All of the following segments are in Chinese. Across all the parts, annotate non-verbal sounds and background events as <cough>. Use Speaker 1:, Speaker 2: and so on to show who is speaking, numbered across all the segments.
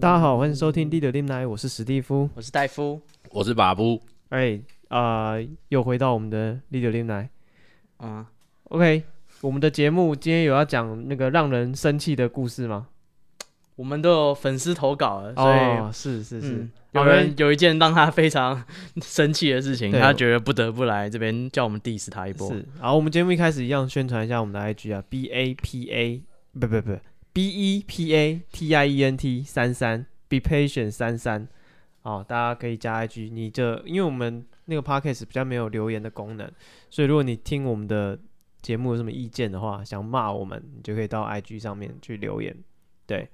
Speaker 1: 大家好，欢迎收听《地的电台》，我是史蒂夫。
Speaker 2: 我是戴夫。
Speaker 3: 我是把布，
Speaker 1: 哎、啊、又回到我们的《地的电台》。啊
Speaker 2: 嗯，
Speaker 1: OK，我们的节目今天有要讲那个让人生气的故事吗？
Speaker 2: 我们都有粉丝投稿了，所以、
Speaker 1: 哦，是是是，
Speaker 2: 嗯，
Speaker 1: 好
Speaker 2: 有人有一件让他非常 <laughs> 生气的事情，
Speaker 1: 对
Speaker 2: 他觉得不得不来这边叫我们 diss 他一波。
Speaker 1: 是。好，我们节目一开始一样宣传一下我们的 IG 啊，B A P A，不不不，B E P A T I E N T 三三，Be Patient 三三。好，大家可以加 IG，你这因为我们那个 Podcast 比较没有留言的功能，所以如果你听我们的节目有什么意见的话，想骂我们，你就可以到 IG 上面去留言。对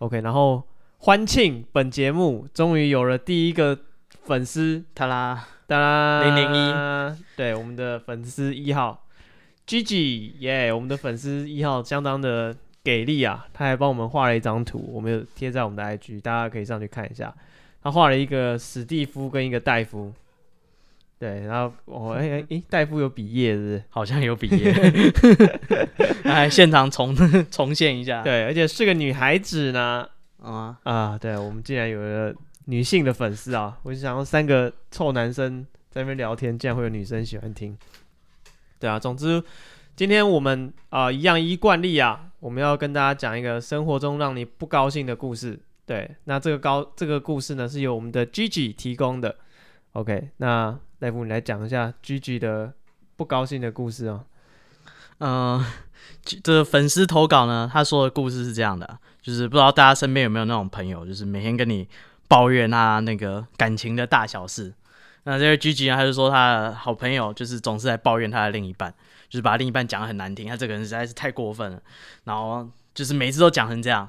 Speaker 1: ，OK，然后欢庆本节目终于有了第一个粉丝
Speaker 2: 他
Speaker 1: <laughs>
Speaker 2: 啦，
Speaker 1: 当然，
Speaker 2: 001
Speaker 1: 对我们的粉丝一号 Gigi 耶、我们的粉丝一号相当的给力啊，他还帮我们画了一张图，我们有贴在我们的 IG，大家可以上去看一下。他画了一个史蒂夫跟一个戴夫，对，然后我哎哎哎，戴夫有毕业是不是？
Speaker 2: 好像有比耶。 <laughs> 来，现场重重现一下。，
Speaker 1: 对，而且是个女孩子呢。
Speaker 2: 嗯啊，
Speaker 1: 啊，对，我们竟然有了女性的粉丝啊！我就想要三个臭男生在那边聊天，竟然会有女生喜欢听。对啊，总之今天我们啊、一样依惯例啊，我们要跟大家讲一个生活中让你不高兴的故事。对，那这个高这个故事呢是由我们的 Gigi 提供的。OK，那赖夫你来讲一下 Gigi 的不高兴的故事哦。
Speaker 2: <laughs> 嗯，这这粉丝投稿呢，他说的故事是这样的，就是不知道大家身边有没有那种朋友，就是每天跟你抱怨他那个感情的大小事。那这位 G G 呢，他就说他的好朋友就是总是在抱怨他的另一半，就是把另一半讲的很难听，他这个人实在是太过分了，然后就是每次都讲成这样。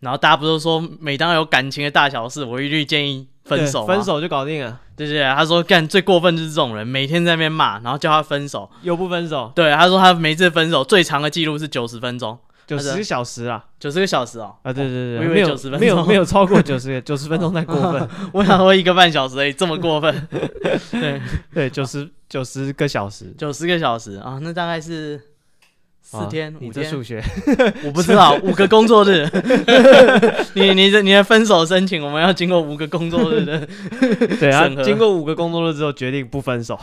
Speaker 2: 然后大家不是说，每当有感情的大小事，我一律建议分
Speaker 1: 对
Speaker 2: 手。
Speaker 1: 分，手就搞定了，
Speaker 2: 对对对。他说干最过分就是这种人，每天在那边骂，然后叫他分手。
Speaker 1: 又不分手，
Speaker 2: 对，他说他每次分手最长的记录是九十分钟，
Speaker 1: 九十
Speaker 2: 是
Speaker 1: 个小时啊。
Speaker 2: 九十个小时哦。 <laughs>
Speaker 1: 啊，对对
Speaker 2: 我
Speaker 1: 对，
Speaker 2: 以为
Speaker 1: 没有
Speaker 2: 90分
Speaker 1: 没有
Speaker 2: 钟哦
Speaker 1: 没有超过九十 <laughs> 九十分钟太过分，
Speaker 2: 我想说一个半小时而已，这么过分？对，
Speaker 1: <laughs> 对，九十九十个小时，
Speaker 2: 九十个小时啊，那大概是四天、
Speaker 1: 啊你
Speaker 2: 五
Speaker 1: 这数
Speaker 2: 天，
Speaker 1: 学
Speaker 2: <laughs> 我
Speaker 1: <laughs>
Speaker 2: 不知道，五个工作日。 <laughs> 你你的你的分手申请，我们要经过五个工作日的， <laughs>
Speaker 1: 对啊
Speaker 2: 审，核
Speaker 1: 经过五个工作日之后决定不分手，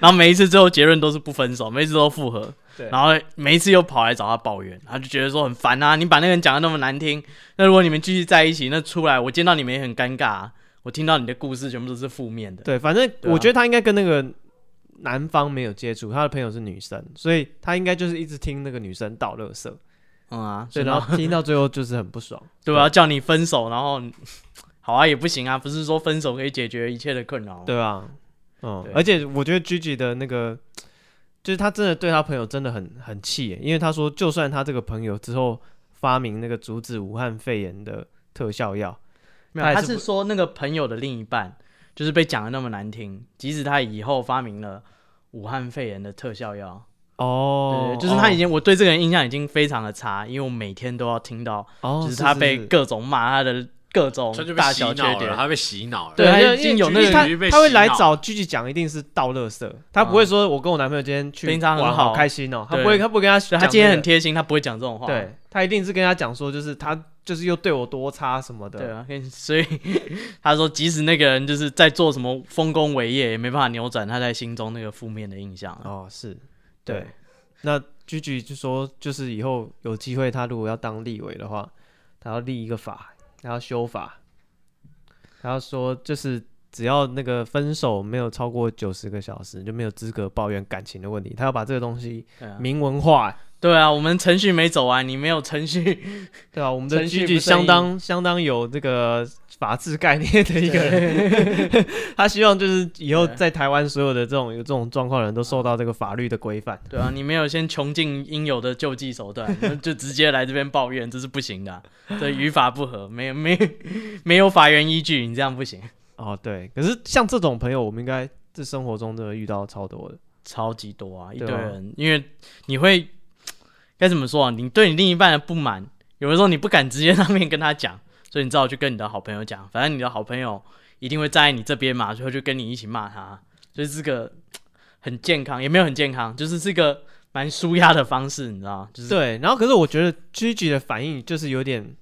Speaker 2: 然后每一次最后结论都是不分手，每一次都复合，
Speaker 1: 对
Speaker 2: 然后每一次又跑来找他抱怨，他就觉得说很烦啊，你把那个人讲的那么难听，那如果你们继续在一起，那出来我见到你们也很尴尬、啊，我听到你的故事全部都是负面的。
Speaker 1: 对，反正
Speaker 2: 对啊
Speaker 1: 我觉得他应该跟那个男方没有接触，他的朋友是女生，所以他应该就是一直听那个女生倒垃圾，
Speaker 2: 嗯啊，
Speaker 1: 所以
Speaker 2: 然
Speaker 1: 然
Speaker 2: 后。
Speaker 1: 后听到最后就是很不爽，
Speaker 2: 对啊，叫你分手，然后 <laughs> 好啊也不行啊，不是说分手可以解决一切的困扰。，
Speaker 1: 对啊，嗯
Speaker 2: 哦对，
Speaker 1: 而且我觉得 Gigi 的那个，就是他真的对他朋友真的很很气耶，因为他说，就算他这个朋友之后发明那个阻止武汉肺炎的特效药，
Speaker 2: 没有，
Speaker 1: 他
Speaker 2: 他
Speaker 1: 还是
Speaker 2: 是
Speaker 1: 不
Speaker 2: 说那个朋友的另一半就是被讲的那么难听，即使他以后发明了武汉肺炎的特效药，
Speaker 1: 哦
Speaker 2: 对，就是他已
Speaker 1: 经，
Speaker 2: 经、我对这个人印象已经非常的差，因为我每天都要听到，
Speaker 1: 哦，
Speaker 2: 就是他被各种骂他的各种
Speaker 3: 他就被
Speaker 2: 大
Speaker 3: 洗
Speaker 2: 小缺
Speaker 3: 脑了，
Speaker 2: 点。
Speaker 3: 他被洗脑了。
Speaker 2: 对他
Speaker 1: 因为
Speaker 2: 已经有那
Speaker 1: 因为
Speaker 2: 个
Speaker 1: 他
Speaker 3: 鱼被
Speaker 1: 他会
Speaker 3: 洗
Speaker 1: 来
Speaker 3: 脑
Speaker 1: 找 Gigi 讲，一定是倒垃圾，他不会说我跟我男朋友今天去
Speaker 2: 嗯平常很
Speaker 1: 玩
Speaker 2: 好
Speaker 1: 开心哦，他
Speaker 2: 对
Speaker 1: 不会他不会跟他
Speaker 2: 对
Speaker 1: 讲
Speaker 2: 他今天很
Speaker 1: 这
Speaker 2: 贴心，他不会讲这种话。
Speaker 1: 个对他一定是跟他讲说，就是他就是又对我多差什么的，
Speaker 2: 对啊，跟所以他说，即使那个人就是在做什么丰功伟业，也没办法扭转他在心中那个负面的印象啊。
Speaker 1: 哦，是，
Speaker 2: 对
Speaker 1: 对。那 Gigi 就说，就是以后有机会，他如果要当立委的话，他要立一个法，他要修法，他要说，就是只要那个分手没有超过九十个小时，就没有资格抱怨感情的问题。他要把这个东西
Speaker 2: 对啊，
Speaker 1: 明文化、
Speaker 2: 对啊，我们程序没走完，你没有程序，
Speaker 1: 对啊吧、我们的
Speaker 2: 程
Speaker 1: Gigi
Speaker 2: 序不正义
Speaker 1: 相当相当有这个法治概念的一个人， <laughs> 他希望就是以后
Speaker 2: 对
Speaker 1: 在台湾所有的这种有这种状况的人都受到这个法律的规范。
Speaker 2: 对啊，你没有先穷尽应有的救济手段， <laughs> 你们就直接来这边抱怨，这是不行的啊、这语法不合，没有没有没有法源依据，你这样不行，
Speaker 1: 哦，对，可是像这种朋友，我们应该在生活中真的遇到超多的。
Speaker 2: 超级多啊，一堆
Speaker 1: 对啊
Speaker 2: 人，因为你会该怎么说啊？你对你另一半的不满，有的时候你不敢直接当面跟他讲，所以你只好去跟你的好朋友讲，反正你的好朋友一定会站在你这边嘛，所以就跟你一起骂他，所以这个很健康，也没有很健康，就是这个蛮舒压的方式，你知道吗？就是
Speaker 1: 对，然后可是我觉得 Gigi 的反应就是有点，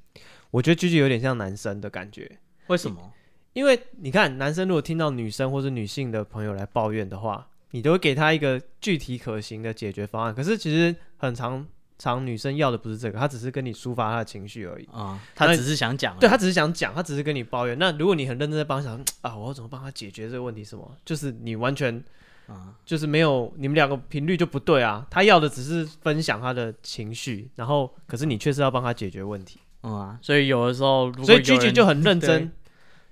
Speaker 1: 我觉得 Gigi 有点像男生的感觉，
Speaker 2: 为什么？
Speaker 1: 因为你看，男生如果听到女生或者女性的朋友来抱怨的话，你都会给他一个具体可行的解决方案。可是其实很常常女生要的不是这个，她只是跟你抒发她的情绪而已。
Speaker 2: 啊、他
Speaker 1: 那
Speaker 2: 只是想讲而已，
Speaker 1: 对她只是想讲，她只是跟你抱怨。那如果你很认真在帮她想啊，我要怎么帮她解决这个问题？什么？就是你完全
Speaker 2: 啊，
Speaker 1: 就是没有你们两个频率就不对啊。她要的只是分享她的情绪，然后可是你却是要帮她解决问题。
Speaker 2: 嗯啊，所以有的时候如果
Speaker 1: 所以
Speaker 2: 有
Speaker 1: Gigi
Speaker 2: 人
Speaker 1: 就很认
Speaker 2: 对
Speaker 1: 真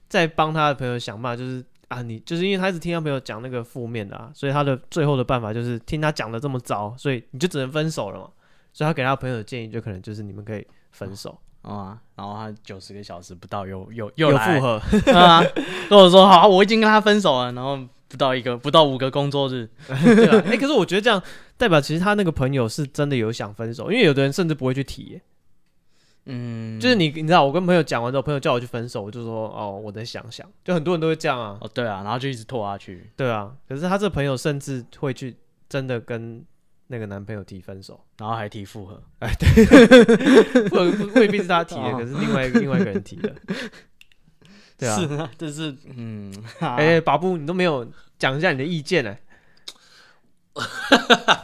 Speaker 1: 在帮他的朋友想办法，就是啊，你就是因为他一直听他朋友讲那个负面的啊，所以他的最后的办法就是听他讲的这么糟，所以你就只能分手了嘛。所以他给他朋友的建议就可能就是你们可以分手，
Speaker 2: 嗯啊，然后他九十个小时不到又又
Speaker 1: 有
Speaker 2: 又来
Speaker 1: 复合，
Speaker 2: <laughs> 嗯啊，跟我说好，我已经跟他分手了，然后不到一个不到五个工作日，
Speaker 1: <laughs> 对吧、啊？哎、可是我觉得这样代表其实他那个朋友是真的有想分手，因为有的人甚至不会去提耶、
Speaker 2: 嗯，
Speaker 1: 就是你你知道，我跟朋友讲完之后，朋友叫我去分手，我就说哦，我再想想，就很多人都会这样啊。
Speaker 2: 哦对啊，然后就一直拖下去，
Speaker 1: 对啊，可是她这朋友甚至会去真的跟那个男朋友提分手，
Speaker 2: 然后还提复合，
Speaker 1: 不不未必是她提的，
Speaker 2: 哦
Speaker 1: 可是另外一个另外一个人提
Speaker 3: <laughs>
Speaker 1: 的。对啊，
Speaker 2: <laughs> 是啊，这是嗯， <laughs> 哈
Speaker 1: 哎、巴布，你都没有讲一下你的意见呢、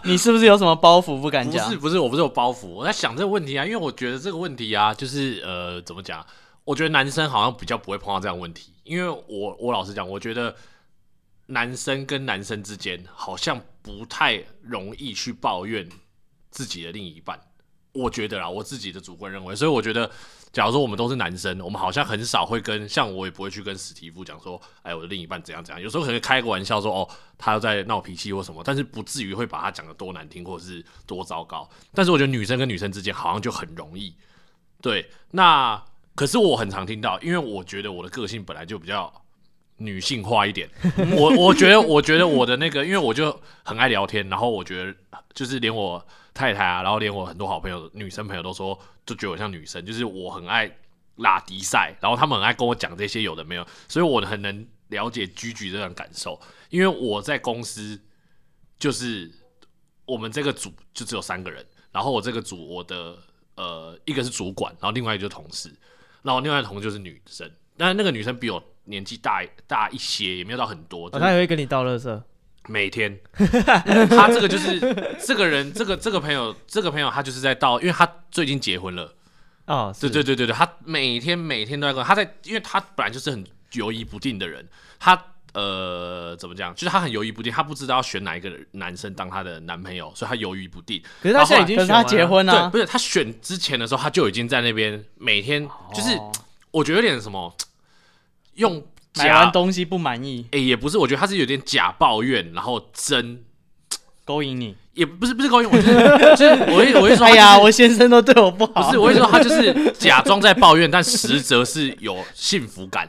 Speaker 2: 你是不是有什么包袱不敢
Speaker 3: 不
Speaker 2: 讲
Speaker 3: 是？不是，我不是有包袱，我在想这个问题啊，因为我觉得这个问题啊，就是呃，怎么讲？我觉得男生好像比较不会碰到这样的问题，因为我我老实讲，我觉得男生跟男生之间好像不太容易去抱怨自己的另一半。我觉得啦，我自己的主观认为，所以我觉得，假如说我们都是男生，我们好像很少会跟，像我也不会去跟史蒂夫讲说，哎，我的另一半怎样怎样，有时候可能开个玩笑说，哦，他在闹脾气或什么，但是不至于会把他讲的多难听或者是多糟糕。但是我觉得女生跟女生之间好像就很容易，对。那可是我很常听到，因为我觉得我的个性本来就比较女性化一点， <laughs> 我我觉得我觉得我的那个，因为我就很爱聊天，然后我觉得就是连我太太啊，然后连我很多好朋友女生朋友都说，就觉得我像女生，就是我很爱拉迪赛，然后他们很爱跟我讲这些有的没有，所以我很能了解居居这种感受，因为我在公司就是我们这个组就只有三个人，然后我这个组我的呃一个是主管，然后另外一个就是同事，然后另外一个同事就是女生，但那个女生比我年纪大大一些，也没有到很多，
Speaker 1: 哦，
Speaker 3: 但是
Speaker 1: 他也会跟你道乐色，
Speaker 3: 每天， <laughs> 他这个就是这个人，这个这个朋友，这个朋友他就是在到，因为他最近结婚了，
Speaker 1: 哦，是
Speaker 3: 对对对对对，他每天每天都在跟他在，因为他本来就是很犹疑不定的人，他呃怎么讲，就是他很犹疑不定，他不知道要选哪一个男生当他的男朋友，所以他犹豫不定。
Speaker 1: 可是他现在已经
Speaker 2: 可是
Speaker 1: 选完了
Speaker 2: 他结，婚
Speaker 3: 对，
Speaker 2: 啊，
Speaker 3: 不是他选之前的时候，他就已经在那边每天就是，
Speaker 2: 哦
Speaker 3: 我觉得有点什么，用
Speaker 2: 买
Speaker 3: 假
Speaker 2: 完东西不满意，
Speaker 3: 哎、也不是，我觉得他是有点假抱怨，然后真
Speaker 2: 勾引你。
Speaker 3: 也不是不是高兴，我 <laughs> 就是就是我会我会说他就是，
Speaker 2: 哎呀，我先生都对我不好。
Speaker 3: 不是我会说他就是假装在抱怨，但实则是有幸福感，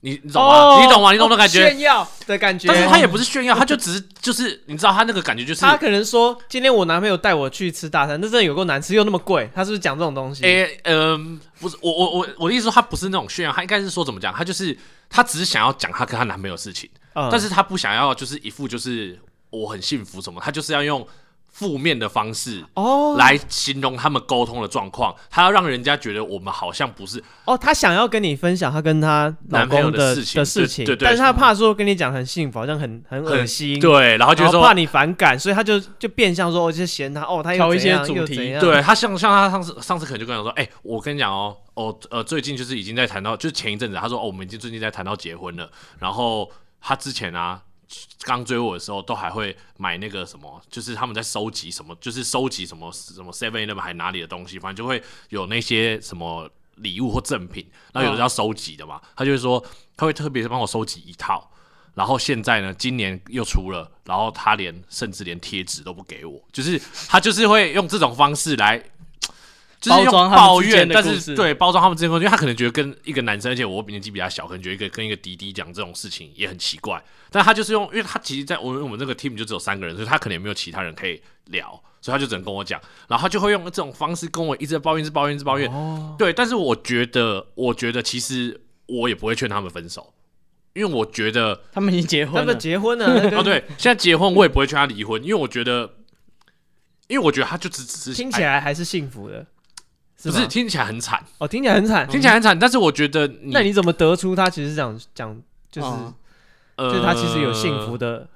Speaker 3: 你你懂吗？
Speaker 1: 哦
Speaker 3: 你懂吗？你懂那种感觉？
Speaker 1: 炫耀的感觉。
Speaker 3: 但是他也不是炫耀，他就只是就是你知道他那个感觉就是，
Speaker 1: 他可能说，今天我男朋友带我去吃大餐，那真的有够难吃又那么贵，他是不是讲这种东西？
Speaker 3: 诶嗯、不是我我我我的意思说他不是那种炫耀，他应该是说怎么讲，他就是他只是想要讲他跟他男朋友的事情，
Speaker 1: 嗯
Speaker 3: 但是他不想要就是一副就是我很幸福什么，他就是要用负面的方式。
Speaker 1: 哦
Speaker 3: 来形容他们沟通的状况，他要让人家觉得我们好像不是
Speaker 1: 哦，她想要跟你分享她跟她老
Speaker 3: 男朋
Speaker 1: 公
Speaker 3: 友的
Speaker 1: 的
Speaker 3: 事情对对对
Speaker 1: 但是她怕说跟你讲很幸福，好像很很恶
Speaker 3: 很
Speaker 1: 心，，
Speaker 3: 对，然后就
Speaker 1: 然
Speaker 3: 是
Speaker 1: 后
Speaker 3: 说
Speaker 1: 怕你反感，所以她就就变相说，哦，就嫌她哦，她又
Speaker 2: 挑一些
Speaker 1: 怎样
Speaker 2: 主
Speaker 1: 又
Speaker 2: 题
Speaker 1: 怎样
Speaker 3: 对他像像他上次上次可能就跟我说，哎、我跟你讲哦，哦呃，最近就是已经在谈到，就是前一阵子他说哦，我们已经最近在谈到结婚了，然后他之前啊。刚追我的时候，都还会买那个什么，就是他们在收集什么，就是收集什么什么 Seven Eleven 还哪里的东西，反正就会有那些什么礼物或赠品，然后有人要收集的嘛，他就会说他会特别帮我收集一套，然后现在呢，今年又出了，然后他连甚至连贴纸都不给我，就是他就是会用这种方式来，就是
Speaker 2: 包
Speaker 3: 用
Speaker 2: 装他们
Speaker 3: 抱
Speaker 2: 之间
Speaker 3: 怨，
Speaker 2: 的
Speaker 3: 但
Speaker 2: 故事
Speaker 3: 是对包装他们之间的故事，因为他可能觉得跟一个男生，而且我年纪比他小，可能觉得一个跟一个弟弟讲这种事情也很奇怪，但他就是用，因为他其实在我们我们这个 team 就只有三个人，所以他可能也没有其他人可以聊，所以他就只能跟我讲，然后他就会用这种方式跟我一直在抱怨，一直抱怨，一直抱怨，
Speaker 2: 哦
Speaker 3: 对，但是我觉得，我觉得其实我也不会劝他们分手，因为我觉得。
Speaker 2: 他们已经结
Speaker 1: 他
Speaker 2: 婚了
Speaker 1: 们，结婚了，那跟
Speaker 3: <laughs> 哦，对，现在结婚我也不会劝他离婚，因为我觉得，因为我觉得他就只只是哎
Speaker 1: 听起来还是幸福的，是
Speaker 3: 不
Speaker 1: 吗
Speaker 3: 是听起来很惨，
Speaker 1: 哦，听起来很惨。
Speaker 3: 听起来很惨，但是我觉得你
Speaker 1: 那你怎么得出他其实是想讲，就是、
Speaker 2: 嗯
Speaker 3: 呃，
Speaker 1: 就是他其实有幸福的？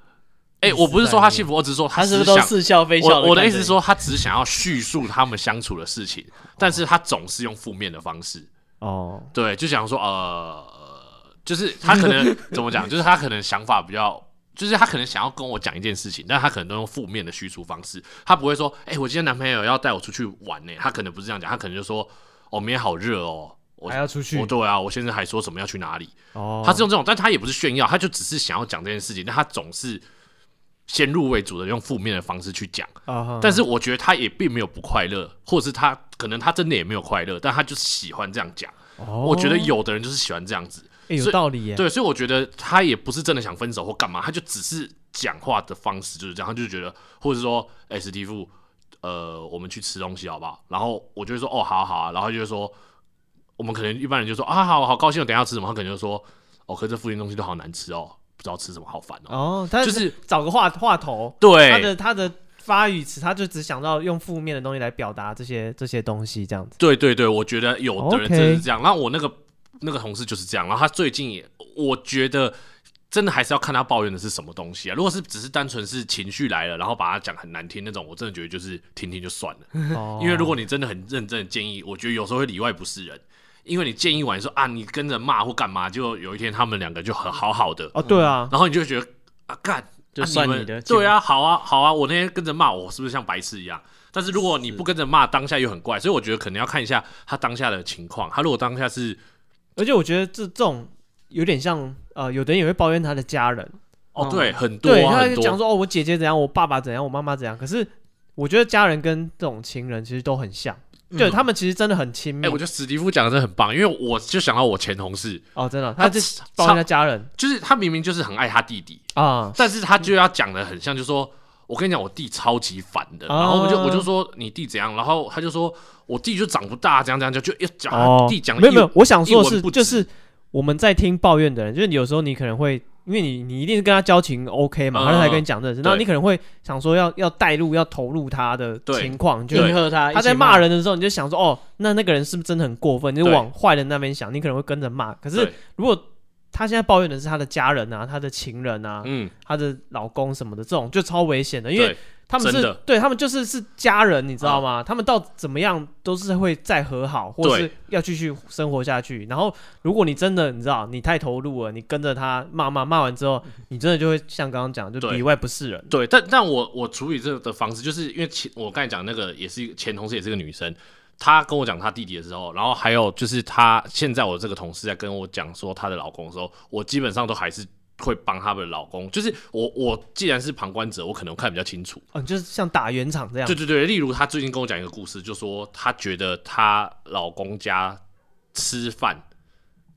Speaker 3: 哎、我不是说他幸福，我只是说
Speaker 2: 他是
Speaker 3: 只
Speaker 2: 不是都
Speaker 3: 想。
Speaker 2: 似笑非笑？
Speaker 3: 我我的意思是，说，他只想要叙述他们相处的事情，但是他总是用负面的方式，
Speaker 1: 哦，
Speaker 3: 对，就想说呃，就是他可
Speaker 1: <laughs>
Speaker 3: 能怎么讲，就是他可能想法比较，就是他可能想要跟我讲一件事情，但他可能都用负面的叙述方式，他不会说，哎、我今天男朋友要带我出去玩呢、他可能不是这样讲，他可能就说，哦，明天好热哦，我
Speaker 1: 还要出去
Speaker 3: 我对啊，我现在还说什么要去哪里，
Speaker 1: 哦，
Speaker 3: 他是用这种，但他也不是炫耀，他就只是想要讲这件事情，但他总是先入为主的用负面的方式去讲。
Speaker 1: 啊哈，
Speaker 3: 但是我觉得他也并没有不快乐，或者是他可能他真的也没有快乐，但他就是喜欢这样讲。
Speaker 1: 哦
Speaker 3: 我觉得有的人就是喜欢这样子，
Speaker 1: 诶有
Speaker 3: 所以
Speaker 1: 道理耶。
Speaker 3: 对，所以我觉得他也不是真的想分手或干嘛，他就只是讲话的方式就是这样，他就觉得，或者说，哎、史蒂夫，呃，我们去吃东西好不好？然后我就会说，哦，好啊好啊，然后他就会说，我们可能一般人就说啊，好好高兴，我等一下要吃什么？他可能就说，哦，可是这附近东西都好难吃哦，不知道吃什么，好烦哦。
Speaker 1: 哦，啊他
Speaker 3: 就是哎
Speaker 1: 找个话话头，他
Speaker 3: 对，
Speaker 1: 的他的发语词，他就只想到用负面的东西来表达这些这些东西，这样子。
Speaker 3: 对对对，我觉得有的人
Speaker 1: OK
Speaker 3: 真的是这样。然后我那个那个同事就是这样，然后他最近也，我觉得真的还是要看他抱怨的是什么东西啊。如果是只是单纯是情绪来了，然后把他讲很难听那种，我真的觉得就是听听就算了。
Speaker 1: 哦，
Speaker 3: <laughs> 因为如果你真的很认真的建议，我觉得有时候会里外不是人。因为你建议完说啊，你跟着骂或干嘛，就有一天他们两个就很好好的，
Speaker 1: 哦，对啊，
Speaker 3: 然后你就会觉得啊干，
Speaker 2: 就
Speaker 3: 啊
Speaker 2: 算
Speaker 3: 们
Speaker 2: 你的结果
Speaker 3: 对啊，好啊，好啊，我那天跟着骂，我是不是像白痴一样？但是如果你不跟着骂，当下又很怪，所以我觉得可能要看一下他当下的情况。他如果当下是
Speaker 1: 而且我觉得这这种有点像呃，有的人也会抱怨他的家人，
Speaker 3: 哦，
Speaker 2: 嗯
Speaker 3: 对，很多
Speaker 1: 对，
Speaker 3: 啊
Speaker 1: 他
Speaker 3: 很
Speaker 1: 就讲
Speaker 3: 多，
Speaker 1: 说哦，我姐姐怎样，我爸爸怎样，我妈妈怎样。可是我觉得家人跟这种情人其实都很像，对他们其实真的很亲密
Speaker 3: 嗯哎，我觉得史蒂夫讲的真的很棒，因为我就想到我前同事，
Speaker 1: 哦，真的，
Speaker 3: 他
Speaker 1: 他就
Speaker 3: 超
Speaker 1: 抱怨他家人
Speaker 3: 就是他明明就是很爱他弟弟，
Speaker 1: 啊，
Speaker 3: 但是他就要讲的很像，就说。我跟你讲，我弟超级烦的，
Speaker 1: 哦
Speaker 3: 然后我就我就说你弟怎样，然后他就说我弟就长不大，怎样怎样，就就一讲他
Speaker 1: 哦
Speaker 3: 弟啊讲，
Speaker 1: 没有没有，，我想说的
Speaker 3: 一文
Speaker 1: 是
Speaker 3: 不值
Speaker 1: 就是我们在听抱怨的人，就是你有时候你可能会。因为你你一定是跟他交情 OK 嘛，
Speaker 3: 嗯
Speaker 1: 他才跟你讲这事，
Speaker 3: 对
Speaker 1: 然后你可能会想说要要带入要投入他的
Speaker 3: 对
Speaker 1: 情况，你就
Speaker 2: 迎合他，
Speaker 1: 他在
Speaker 2: 一起
Speaker 1: 骂，人的时候，你就想说，哦，那那个人是不是真的很过分？你就
Speaker 3: 对
Speaker 1: 往坏人那边想，你可能会跟着骂。可是
Speaker 3: 对
Speaker 1: 如果他现在抱怨的是他的家人啊、他的情人啊、
Speaker 3: 嗯，
Speaker 1: 他的老公什么的，这种就超危险的，因为
Speaker 3: 对
Speaker 1: 他们
Speaker 3: 真
Speaker 1: 是
Speaker 3: 的啊
Speaker 1: 对他们就是是家人，你知道吗？他们到怎么样都是会再和好，或
Speaker 3: 对
Speaker 1: 是要继续生活下去。然后如果你真的你知道你太投入了，你跟着他骂骂骂完之后，你真的就会像刚刚讲，就
Speaker 3: 对
Speaker 1: 里外不是人。
Speaker 3: 对，但但我我处理这个的方式，就是因为前我刚才讲那个也是一个前同事，也是个女生，她跟我讲她弟弟的时候，然后还有就是她现在我这个同事在跟我讲说她的老公的时候，我基本上都还是会帮她的老公，就是我我既然是旁观者，我可能看比较清楚。
Speaker 1: 嗯，就是像打圆场这样
Speaker 3: 对。对对，例如她最近跟我讲一个故事，就说她觉得她老公家吃饭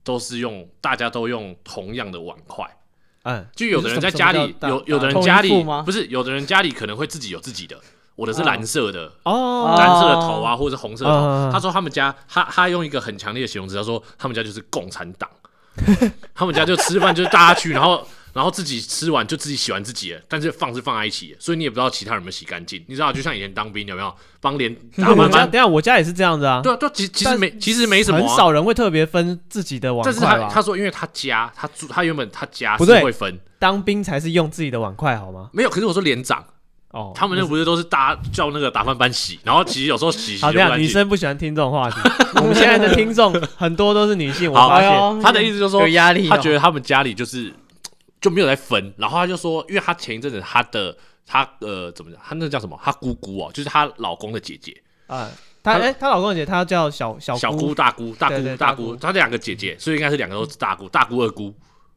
Speaker 3: 都是用大家都用同样的碗筷。
Speaker 1: 嗯，
Speaker 3: 就有的人在家里
Speaker 1: 什么叫
Speaker 3: 有
Speaker 1: 打
Speaker 3: 有的
Speaker 2: 打
Speaker 3: 人
Speaker 2: 同
Speaker 3: 家
Speaker 2: 一
Speaker 3: 里
Speaker 2: 副吗
Speaker 3: 不是有的人家里可能会自己有自己的，我的是
Speaker 2: 啊
Speaker 3: 蓝色的。
Speaker 1: 哦，
Speaker 2: 啊
Speaker 3: 蓝色的头啊，或者是红色的
Speaker 1: 啊
Speaker 3: 头。他说他们家，他他用一个很强烈的形容词，他说他们家就是共产党， <laughs> 他们家就吃饭就是大家去，然后 <laughs> 然后自己吃完就自己洗完自己的，但是放是放在一起的，所以你也不知道其他人有没有洗干净。你知道，就像以前当兵有没有帮连
Speaker 1: <laughs>
Speaker 3: 打
Speaker 1: 我
Speaker 3: 班
Speaker 1: 家
Speaker 3: 班？
Speaker 1: 等一下我家也是这样子啊，
Speaker 3: 对啊对啊，其实其实
Speaker 1: 但
Speaker 3: 没其实没什么啊，
Speaker 1: 很少人会特别分自己的碗
Speaker 3: 但是
Speaker 1: 筷
Speaker 3: 他
Speaker 1: 吧？
Speaker 3: 他说，因为他家他住他原本他家
Speaker 1: 不
Speaker 3: 是
Speaker 1: 对
Speaker 3: 会分，
Speaker 1: 当兵才是用自己的碗筷好吗？
Speaker 3: 没有。可是我说连长。
Speaker 1: 哦，
Speaker 3: 他们那不是都是大家叫那个打饭班洗，然后其实有时候洗洗
Speaker 1: 好这
Speaker 3: 就不
Speaker 1: 样，
Speaker 3: 干
Speaker 1: 女
Speaker 3: 净。
Speaker 1: 生不喜欢听这种
Speaker 3: <laughs>
Speaker 1: 话题。我们现在的听众很多都是女性，我
Speaker 3: 好
Speaker 1: 发现。
Speaker 2: 哎呦
Speaker 3: 他的意思就是说
Speaker 2: 有压力哦，
Speaker 3: 他觉得他们家里就是就没有在分，然后他就说，因为他前一阵子他的他呃怎么讲，他那个叫什么？他姑姑哦，就是她老公的姐姐，
Speaker 1: 嗯，她哎，她老公的姐她叫小小
Speaker 3: 啊小
Speaker 1: 姑
Speaker 3: 姑大姑大
Speaker 1: 对
Speaker 3: 姑
Speaker 1: 对
Speaker 3: 大
Speaker 1: 大
Speaker 3: 姑，
Speaker 1: 姑
Speaker 3: 她两个姐姐，所以应该是两个都是大姑，大姑二姑，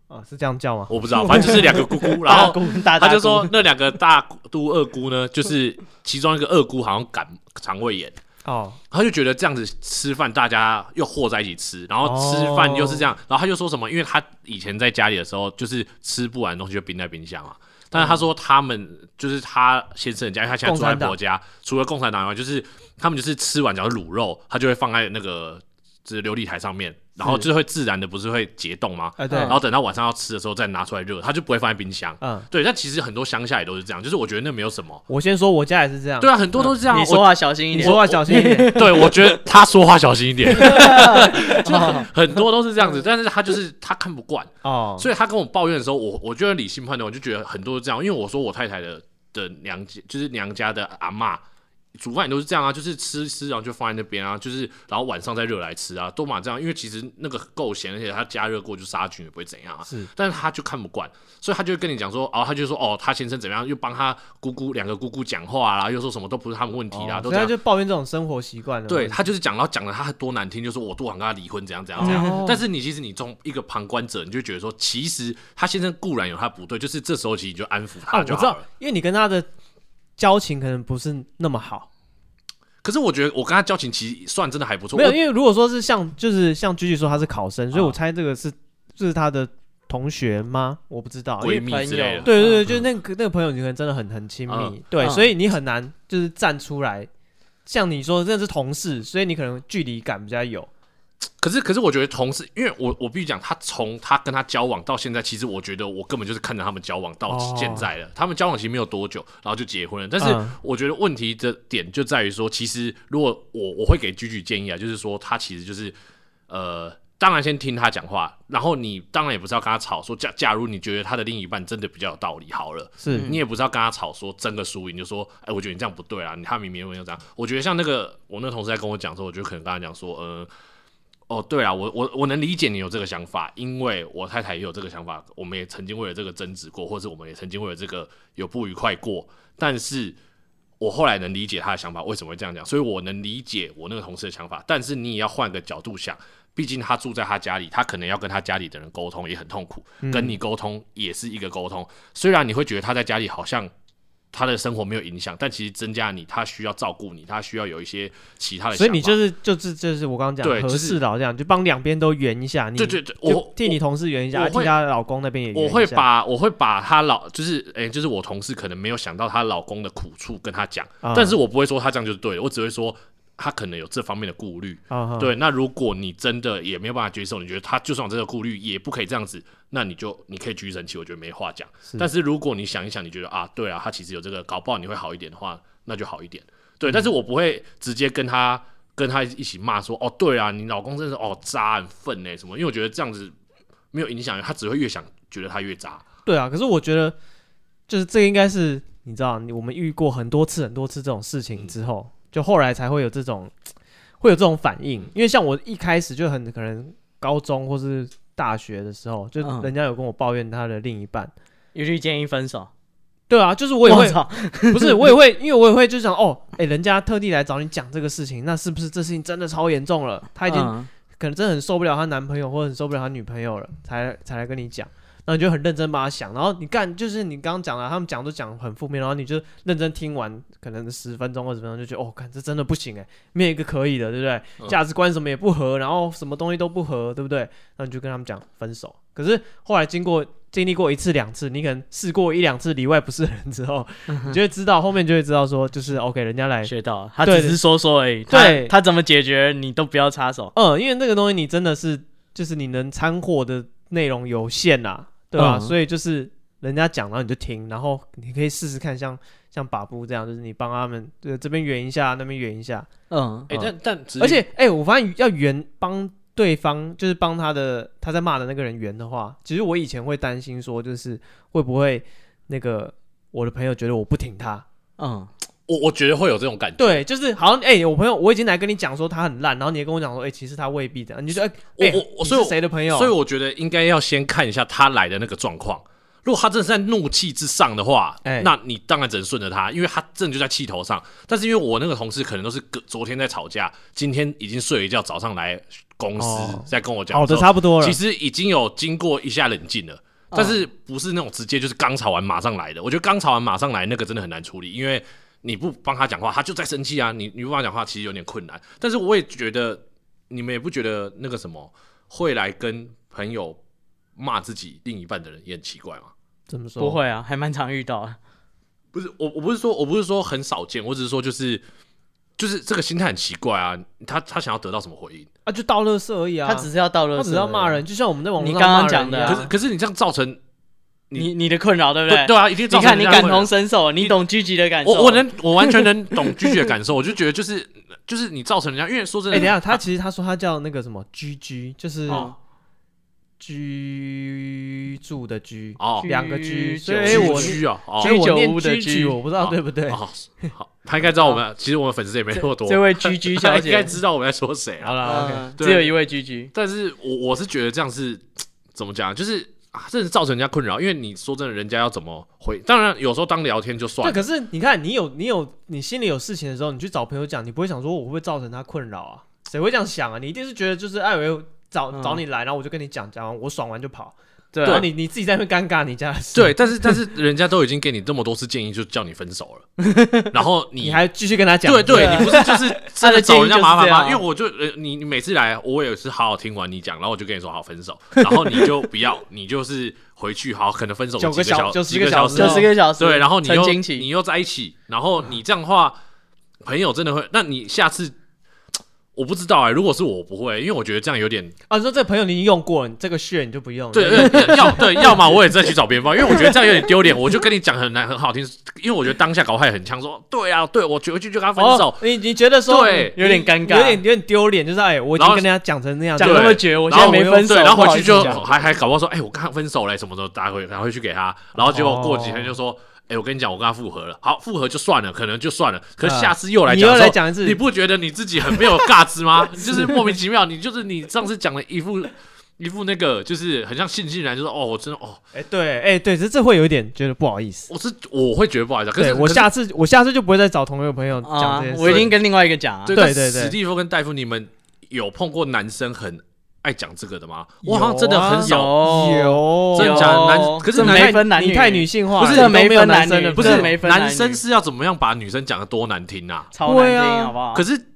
Speaker 1: 啊，是这样叫吗？
Speaker 3: 我不知道，反正就是两个
Speaker 2: <laughs>
Speaker 3: 姑姑，然
Speaker 2: 大
Speaker 3: 后
Speaker 2: 姑大大
Speaker 3: 他
Speaker 2: 姑
Speaker 3: 就说那两个大姑二姑呢，就是其中一个二姑好像感肠胃炎。
Speaker 1: 哦，
Speaker 3: 他就觉得这样子吃饭，大家又和在一起吃，然后吃饭又是这样，然后他就说什么？因为他以前在家里的时候，就是吃不完的东西就冰在冰箱嘛。但是他说他们就是他先生的家，因为他现在住在婆家，除了共产党以外，就是他们就是吃完，假如卤肉，他就会放在那个就是琉璃台上面，然后就会自然的不是会解冻吗？
Speaker 1: 哎，对，
Speaker 2: 嗯
Speaker 3: 然后等到晚上要吃的时候再拿出来热，它就不会放在冰箱。
Speaker 1: 嗯，
Speaker 3: 对，但其实很多乡下也都是这样，就是我觉得那没有什么。
Speaker 1: 我先说我家也是这样，
Speaker 3: 对啊，很多都是这样。
Speaker 2: 你说
Speaker 3: 我
Speaker 2: 话小心一
Speaker 1: 你
Speaker 2: 点。
Speaker 1: 说话小心一点，
Speaker 3: <laughs> 对，我觉得他说话小心
Speaker 1: <laughs>
Speaker 3: 一点，
Speaker 1: 哦
Speaker 3: 很多都是这样子，但是他就是他看不惯，
Speaker 1: 哦，
Speaker 3: <laughs> 所以他跟我抱怨的时候，我我就很理性判断，我就觉得很多是这样，因为我说我太太的的娘家就是娘家的阿嬷煮饭也都是这样啊，就是吃吃然后就放在那边啊，就是然后晚上再热来吃啊，都嘛这样，因为其实那个够咸，而且它加热过就杀菌也不会怎样啊。
Speaker 1: 是
Speaker 3: 但是他就看不惯，所以他就会跟你讲说，哦，他就说，哦，他先生怎么样，又帮他姑姑两个姑姑讲话啦，又说什么都不是他们问题啦，
Speaker 1: 哦
Speaker 3: 都
Speaker 1: 所
Speaker 3: 这
Speaker 1: 以他
Speaker 3: 样。
Speaker 1: 就抱怨这种生活习惯了，啊
Speaker 3: 对他就是讲，然后讲的他多难听，就是我多想跟他离婚，怎样怎样
Speaker 1: 哦
Speaker 3: 怎样。但是你其实你从一个旁观者，你就觉得说，其实他先生固然有他不对，就是这时候其实你就安抚
Speaker 1: 啊，
Speaker 3: 他
Speaker 1: 我
Speaker 3: 就
Speaker 1: 知
Speaker 3: 好了。
Speaker 1: 道，因为你跟他的交情可能不是那么好，
Speaker 3: 可是我觉得我跟他交情其实算真的还不错，
Speaker 1: 没有，
Speaker 3: 我啊
Speaker 1: 因为如果说是像就是像居居说他是考生，所以我猜这个是是他的同学吗？我不知道，因为
Speaker 3: 闺蜜之类
Speaker 2: 朋友
Speaker 3: 的。
Speaker 1: 对对对，就是那个那个朋友，你可能真的很很亲密
Speaker 3: 嗯，
Speaker 1: 对，
Speaker 2: 嗯
Speaker 1: 所以你很难就是站出来。像你说，真的是同事，所以你可能距离感比较有。
Speaker 3: 嗯可是可是我觉得同事，因为我我必须讲，他从他跟他交往到现在，其实我觉得我根本就是看着他们交往到
Speaker 1: 哦
Speaker 3: 现在了。他们交往其实没有多久，然后就结婚了。但是
Speaker 1: 嗯
Speaker 3: 我觉得问题的点就在于说，其实如果我我会给居居建议啊，就是说他其实就是呃，当然先听他讲话，然后你当然也不是要跟他吵说，假假如你觉得他的另一半真的比较有道理，好了。
Speaker 1: 是，
Speaker 3: 你也不是要跟他吵说争个输赢，就说，哎、我觉得你这样不对啊，你他明明没有这样。我觉得像那个我那个同事在跟我讲的时候，我就可能跟他讲说，呃，哦，对啊，我我我能理解你有这个想法，因为我太太也有这个想法，我们也曾经为了这个争执过，或者我们也曾经为了这个有不愉快过，但是。我后来能理解他的想法，为什么会这样讲，所以我能理解我那个同事的想法，但是你也要换个角度想，毕竟他住在他家里，他可能要跟他家里的人沟通，也很痛苦，
Speaker 1: 嗯
Speaker 3: 跟你沟通也是一个沟通。虽然你会觉得他在家里好像他的生活没有影响，但其实增加你，他需要照顾你，他需要有一些其他的
Speaker 1: 所
Speaker 3: 想法。
Speaker 1: 以你就是就是就是我刚刚讲
Speaker 3: 对
Speaker 1: 合
Speaker 3: 就是
Speaker 1: 适的哦，这样就帮两边都圆一下。你
Speaker 3: 对对对，
Speaker 1: 就
Speaker 3: 我
Speaker 1: 替你同事圆一下，
Speaker 3: 我
Speaker 1: 啊
Speaker 3: 会
Speaker 1: 替她老公那边也圆一
Speaker 3: 我
Speaker 1: 下
Speaker 3: 会把我会把她老就是诶、就是我同事可能没有想到她老公的苦处跟她讲，
Speaker 1: 啊
Speaker 3: 但是我不会说她这样就是对的，我只会说她可能有这方面的顾虑。
Speaker 1: 啊哈
Speaker 3: 对，那如果你真的也没有办法接受，你觉得他就算有这个顾虑，也不可以这样子，那你就你可以继续生气，我觉得没话讲。但是如果你想一想，你觉得啊，对啊，他其实有这个，搞不好你会好一点的话，那就好一点。对，但是我不会直接跟他跟他一起骂说，哦，对啊，你老公真是哦渣很愤呢什么，因为我觉得这样子没有影响，他只会越想觉得他越渣。
Speaker 1: 对啊，可是我觉得就是这个应该是你知道，你我们遇过很多次很多次这种事
Speaker 2: 嗯
Speaker 1: 情之后，就后来才会有这种会有这种反应，因为像我一开始就很可能高中或是大学的时候，就
Speaker 2: 嗯
Speaker 1: 人家有跟我抱怨他的另一半。
Speaker 2: 一律建议分手。
Speaker 1: 对啊，就是我也会，
Speaker 2: 操，
Speaker 1: <laughs> 不是我也会，因为我也会就想，哦，哎、人家特地来找你讲这个事情，那是不是这事情真的超严重了？她已经
Speaker 2: 嗯
Speaker 1: 可能真的很受不了她男朋友或者很受不了她女朋友了，才才来跟你讲。然后你就很认真把它想，然后你干就是你刚刚讲的，他们讲都讲很负面，然后你就认真听完，可能十分钟二十分钟就觉得，哦，看这真的不行哎，没有一个可以的，对不对？
Speaker 3: 嗯
Speaker 1: 价值观什么也不合，然后什么东西都不合，对不对？那你就跟他们讲分手。可是后来经过经历过一次两次，你可能试过一两次里外不是人之后，你就会知道后面就会知道说，就是 OK，人家来
Speaker 2: 学到了，他
Speaker 1: 哎对
Speaker 2: 只是说说而已。
Speaker 1: 对
Speaker 2: 他他怎么解决你都不要插手。
Speaker 1: 嗯，因为那个东西你真的是就是你能掺和的内容有限啦，对吧？
Speaker 2: 嗯
Speaker 1: 所以就是人家讲，然后你就听，然后你可以试试看像，像把布这样，就是你帮他们对这边圆一下，那边圆一下，
Speaker 2: 嗯，
Speaker 3: 哎、
Speaker 1: 嗯
Speaker 3: 但但只是
Speaker 1: 而且哎、我发现要圆帮对方，就是帮他的他在骂的那个人圆的话，其实我以前会担心说，就是会不会那个我的朋友觉得我不挺他，
Speaker 2: 嗯，
Speaker 3: 我我觉得会有这种感觉。
Speaker 1: 对，就是好像哎、我朋友我已经来跟你讲说他很烂，然后你也跟我讲说，哎、其实他未必的，你就觉得
Speaker 3: 我
Speaker 1: 哎、哎
Speaker 3: 我我
Speaker 1: 你
Speaker 3: 所以
Speaker 1: 是
Speaker 3: 我
Speaker 1: 谁的朋友？
Speaker 3: 所以我觉得应该要先看一下他来的那个状况。如果他真的是在怒气之上的话，
Speaker 1: 哎
Speaker 3: 那你当然只能顺着他，因为他真的就在气头上。但是因为我那个同事可能都是隔昨天在吵架，今天已经睡了一觉，早上来公司、
Speaker 1: 哦
Speaker 3: 再跟我讲
Speaker 1: 好
Speaker 3: 的时
Speaker 1: 的
Speaker 3: 候，
Speaker 1: 差不多了
Speaker 3: 其。实已经有经过一下冷静了，
Speaker 2: 嗯
Speaker 3: 但是不是那种直接就是刚吵完马上来的。我觉得刚吵完马上来那个真的很难处理，因为你不帮他讲话，他就在生气啊。你你不帮他讲话，其实有点困难。但是我也觉得你们也不觉得那个什么会来跟朋友骂自己另一半的人也很奇怪吗？
Speaker 1: 怎么说？
Speaker 2: 不，会啊，还蛮常遇到的。
Speaker 3: 不是我，我不是说我不是说很少见，我只是说就是就是这个心态很奇怪啊。他他想要得到什么回应？
Speaker 1: 啊，就倒垃圾而已啊，
Speaker 2: 他只是要到了，
Speaker 1: 他只是要骂人，就像我们在网络
Speaker 2: 你
Speaker 1: 上
Speaker 2: 刚刚
Speaker 1: 骂人
Speaker 2: 讲的
Speaker 1: 一样
Speaker 2: 啊
Speaker 3: 可是可是你这样造成，
Speaker 2: 你你的困扰对不
Speaker 3: 对对啊，一定造
Speaker 2: 你
Speaker 3: 成
Speaker 2: 看你
Speaker 3: 人家
Speaker 2: 感
Speaker 3: 会
Speaker 2: 同身受，你懂狙击的感受。啊
Speaker 3: 我我能我完全能懂拒绝的感受，我就觉得就是就是你造成人家，因为说真
Speaker 1: 哎、
Speaker 3: 的，
Speaker 1: 等一下，他其实他说他叫那个什么居居，就是
Speaker 3: 哦
Speaker 1: 居住的居，
Speaker 3: 哦，
Speaker 1: 两个居，
Speaker 2: 居哎
Speaker 1: 所以
Speaker 3: 居
Speaker 1: 我
Speaker 3: <laughs> 居啊哦
Speaker 1: 所以我
Speaker 2: 居酒
Speaker 1: 念
Speaker 2: 屋的
Speaker 1: 居
Speaker 2: 居
Speaker 1: 居，我不知道
Speaker 3: 哦
Speaker 1: 对不对。
Speaker 3: 哦好，他应该知道我们，其实我们粉丝也没那么多，
Speaker 2: 这位居居
Speaker 3: 他
Speaker 2: 小
Speaker 3: <laughs> 应
Speaker 2: 姐，
Speaker 3: 该知道我们在说谁啊。
Speaker 1: 好了，OK，
Speaker 2: 嗯
Speaker 3: 对
Speaker 2: 只有一位居居，
Speaker 3: 但是我我是觉得这样是怎么讲，就是啊，真的造成人家困扰，因为你说真的，人家要怎么回？当然有时候当聊天就算
Speaker 1: 对，可
Speaker 3: 了，
Speaker 1: 是你看，你有你有你心里有事情的时候，你去找朋友讲，你不会想说我会不会造成他困扰啊？谁会这样想啊？你一定是觉得就是艾维找、
Speaker 2: 嗯
Speaker 1: 找你来，然后我就跟你讲，讲完我爽完就跑，
Speaker 2: 对
Speaker 1: 然后
Speaker 2: 啊，
Speaker 1: 你你自己在那边尴尬你家的事，
Speaker 3: 对，但是但是人家都已经给你这么多次建议，就叫你分手了，然后你
Speaker 1: 你还继续跟他讲，啊
Speaker 3: 对对，
Speaker 2: 对
Speaker 3: 你不是就是真的找人家麻
Speaker 2: 他
Speaker 3: 烦
Speaker 2: 的建议就是这样
Speaker 3: 吗？因为我就呃，你你每次来，我也是好好听完你讲，然后我就跟你说好分手，然后你就不要，你就是回去好，可能分手
Speaker 1: 九
Speaker 3: 个
Speaker 1: 个
Speaker 3: 小
Speaker 1: 小九十
Speaker 3: 几
Speaker 1: 个
Speaker 3: 小
Speaker 1: 小
Speaker 2: 九
Speaker 1: 时
Speaker 2: 十个小时，
Speaker 3: 对，然后你
Speaker 2: 陈
Speaker 3: 又
Speaker 2: 金
Speaker 3: 你
Speaker 2: 奇，
Speaker 3: 又在一起，然后你这样的话，朋友真的会，那你下次我不知道哎、如果是我我不会，因为我觉得这样有点
Speaker 1: 啊，你说这个朋友你已经用过了，你这个血你就不用了，
Speaker 3: 对，对要对，要么我也再去找别人帮，因为我觉得这样有点丢脸，我就跟你讲很难很好听，因为我觉得当下搞坏很呛，说对啊，对我回去就跟他分手
Speaker 1: 哦，，你你觉得说
Speaker 3: 对
Speaker 1: 你
Speaker 2: 有点尴尬
Speaker 1: 有点有点丢脸，就是哎，我已
Speaker 3: 然
Speaker 1: 经
Speaker 3: 后
Speaker 1: 跟人家讲成那样，
Speaker 2: 讲
Speaker 1: 对
Speaker 2: 那
Speaker 3: 对
Speaker 2: 么绝，我现
Speaker 3: 然
Speaker 2: 在
Speaker 3: 后
Speaker 2: 没
Speaker 1: 我又
Speaker 2: 分手，
Speaker 3: 对，然后
Speaker 2: 不好
Speaker 3: 回去
Speaker 2: 意思
Speaker 3: 就
Speaker 2: 讲
Speaker 3: 还 <laughs> 还搞不好说，哎、我刚刚分手了，什么时候打回打回去给他？然后结果过几天就说，哎、我跟你讲，我跟他复合了。好，复合就算了，可能就算了。可是下次又来
Speaker 1: 你
Speaker 3: 讲、
Speaker 1: 又来，讲一次，
Speaker 3: 你不觉得你自己很没有尬值
Speaker 2: <laughs>
Speaker 3: 吗？就是莫名其妙，你就是你上次讲了一副一副那个，就是很像悻悻然，就说哦，我真的哦，
Speaker 1: 哎对哎对，这这会有一点觉得不好意思。
Speaker 3: 我是我会觉得不好意思。啊可
Speaker 1: 对
Speaker 3: 是
Speaker 1: 我
Speaker 3: 可是
Speaker 1: 下次我下次就不会再找同一个朋友讲
Speaker 2: 啊
Speaker 1: 这件，事。
Speaker 2: 我已经跟另外一个讲啊，
Speaker 3: 对
Speaker 1: 对
Speaker 3: 但
Speaker 1: 对对
Speaker 3: 史蒂夫跟戴夫，你们有碰过男生很爱讲这个的吗？
Speaker 1: 有
Speaker 3: 我好像真的很少。
Speaker 2: 有，啊
Speaker 1: 有
Speaker 3: 真的假的男可是
Speaker 2: 哦这
Speaker 3: 男
Speaker 2: 没分男
Speaker 1: 你
Speaker 2: 女，欸
Speaker 1: 太女性化了，
Speaker 2: 不是
Speaker 1: 都
Speaker 2: 没
Speaker 1: 没有
Speaker 2: 分
Speaker 1: 男
Speaker 2: 男
Speaker 1: 生
Speaker 2: 女
Speaker 1: 的，
Speaker 3: 不
Speaker 2: 真
Speaker 3: 是
Speaker 2: 的没分
Speaker 3: 男
Speaker 2: 男
Speaker 3: 生
Speaker 2: 女
Speaker 3: 是要怎么样把女生讲的多难听啊？
Speaker 2: 超难
Speaker 1: 对啊
Speaker 2: 听，好不好？
Speaker 3: 可是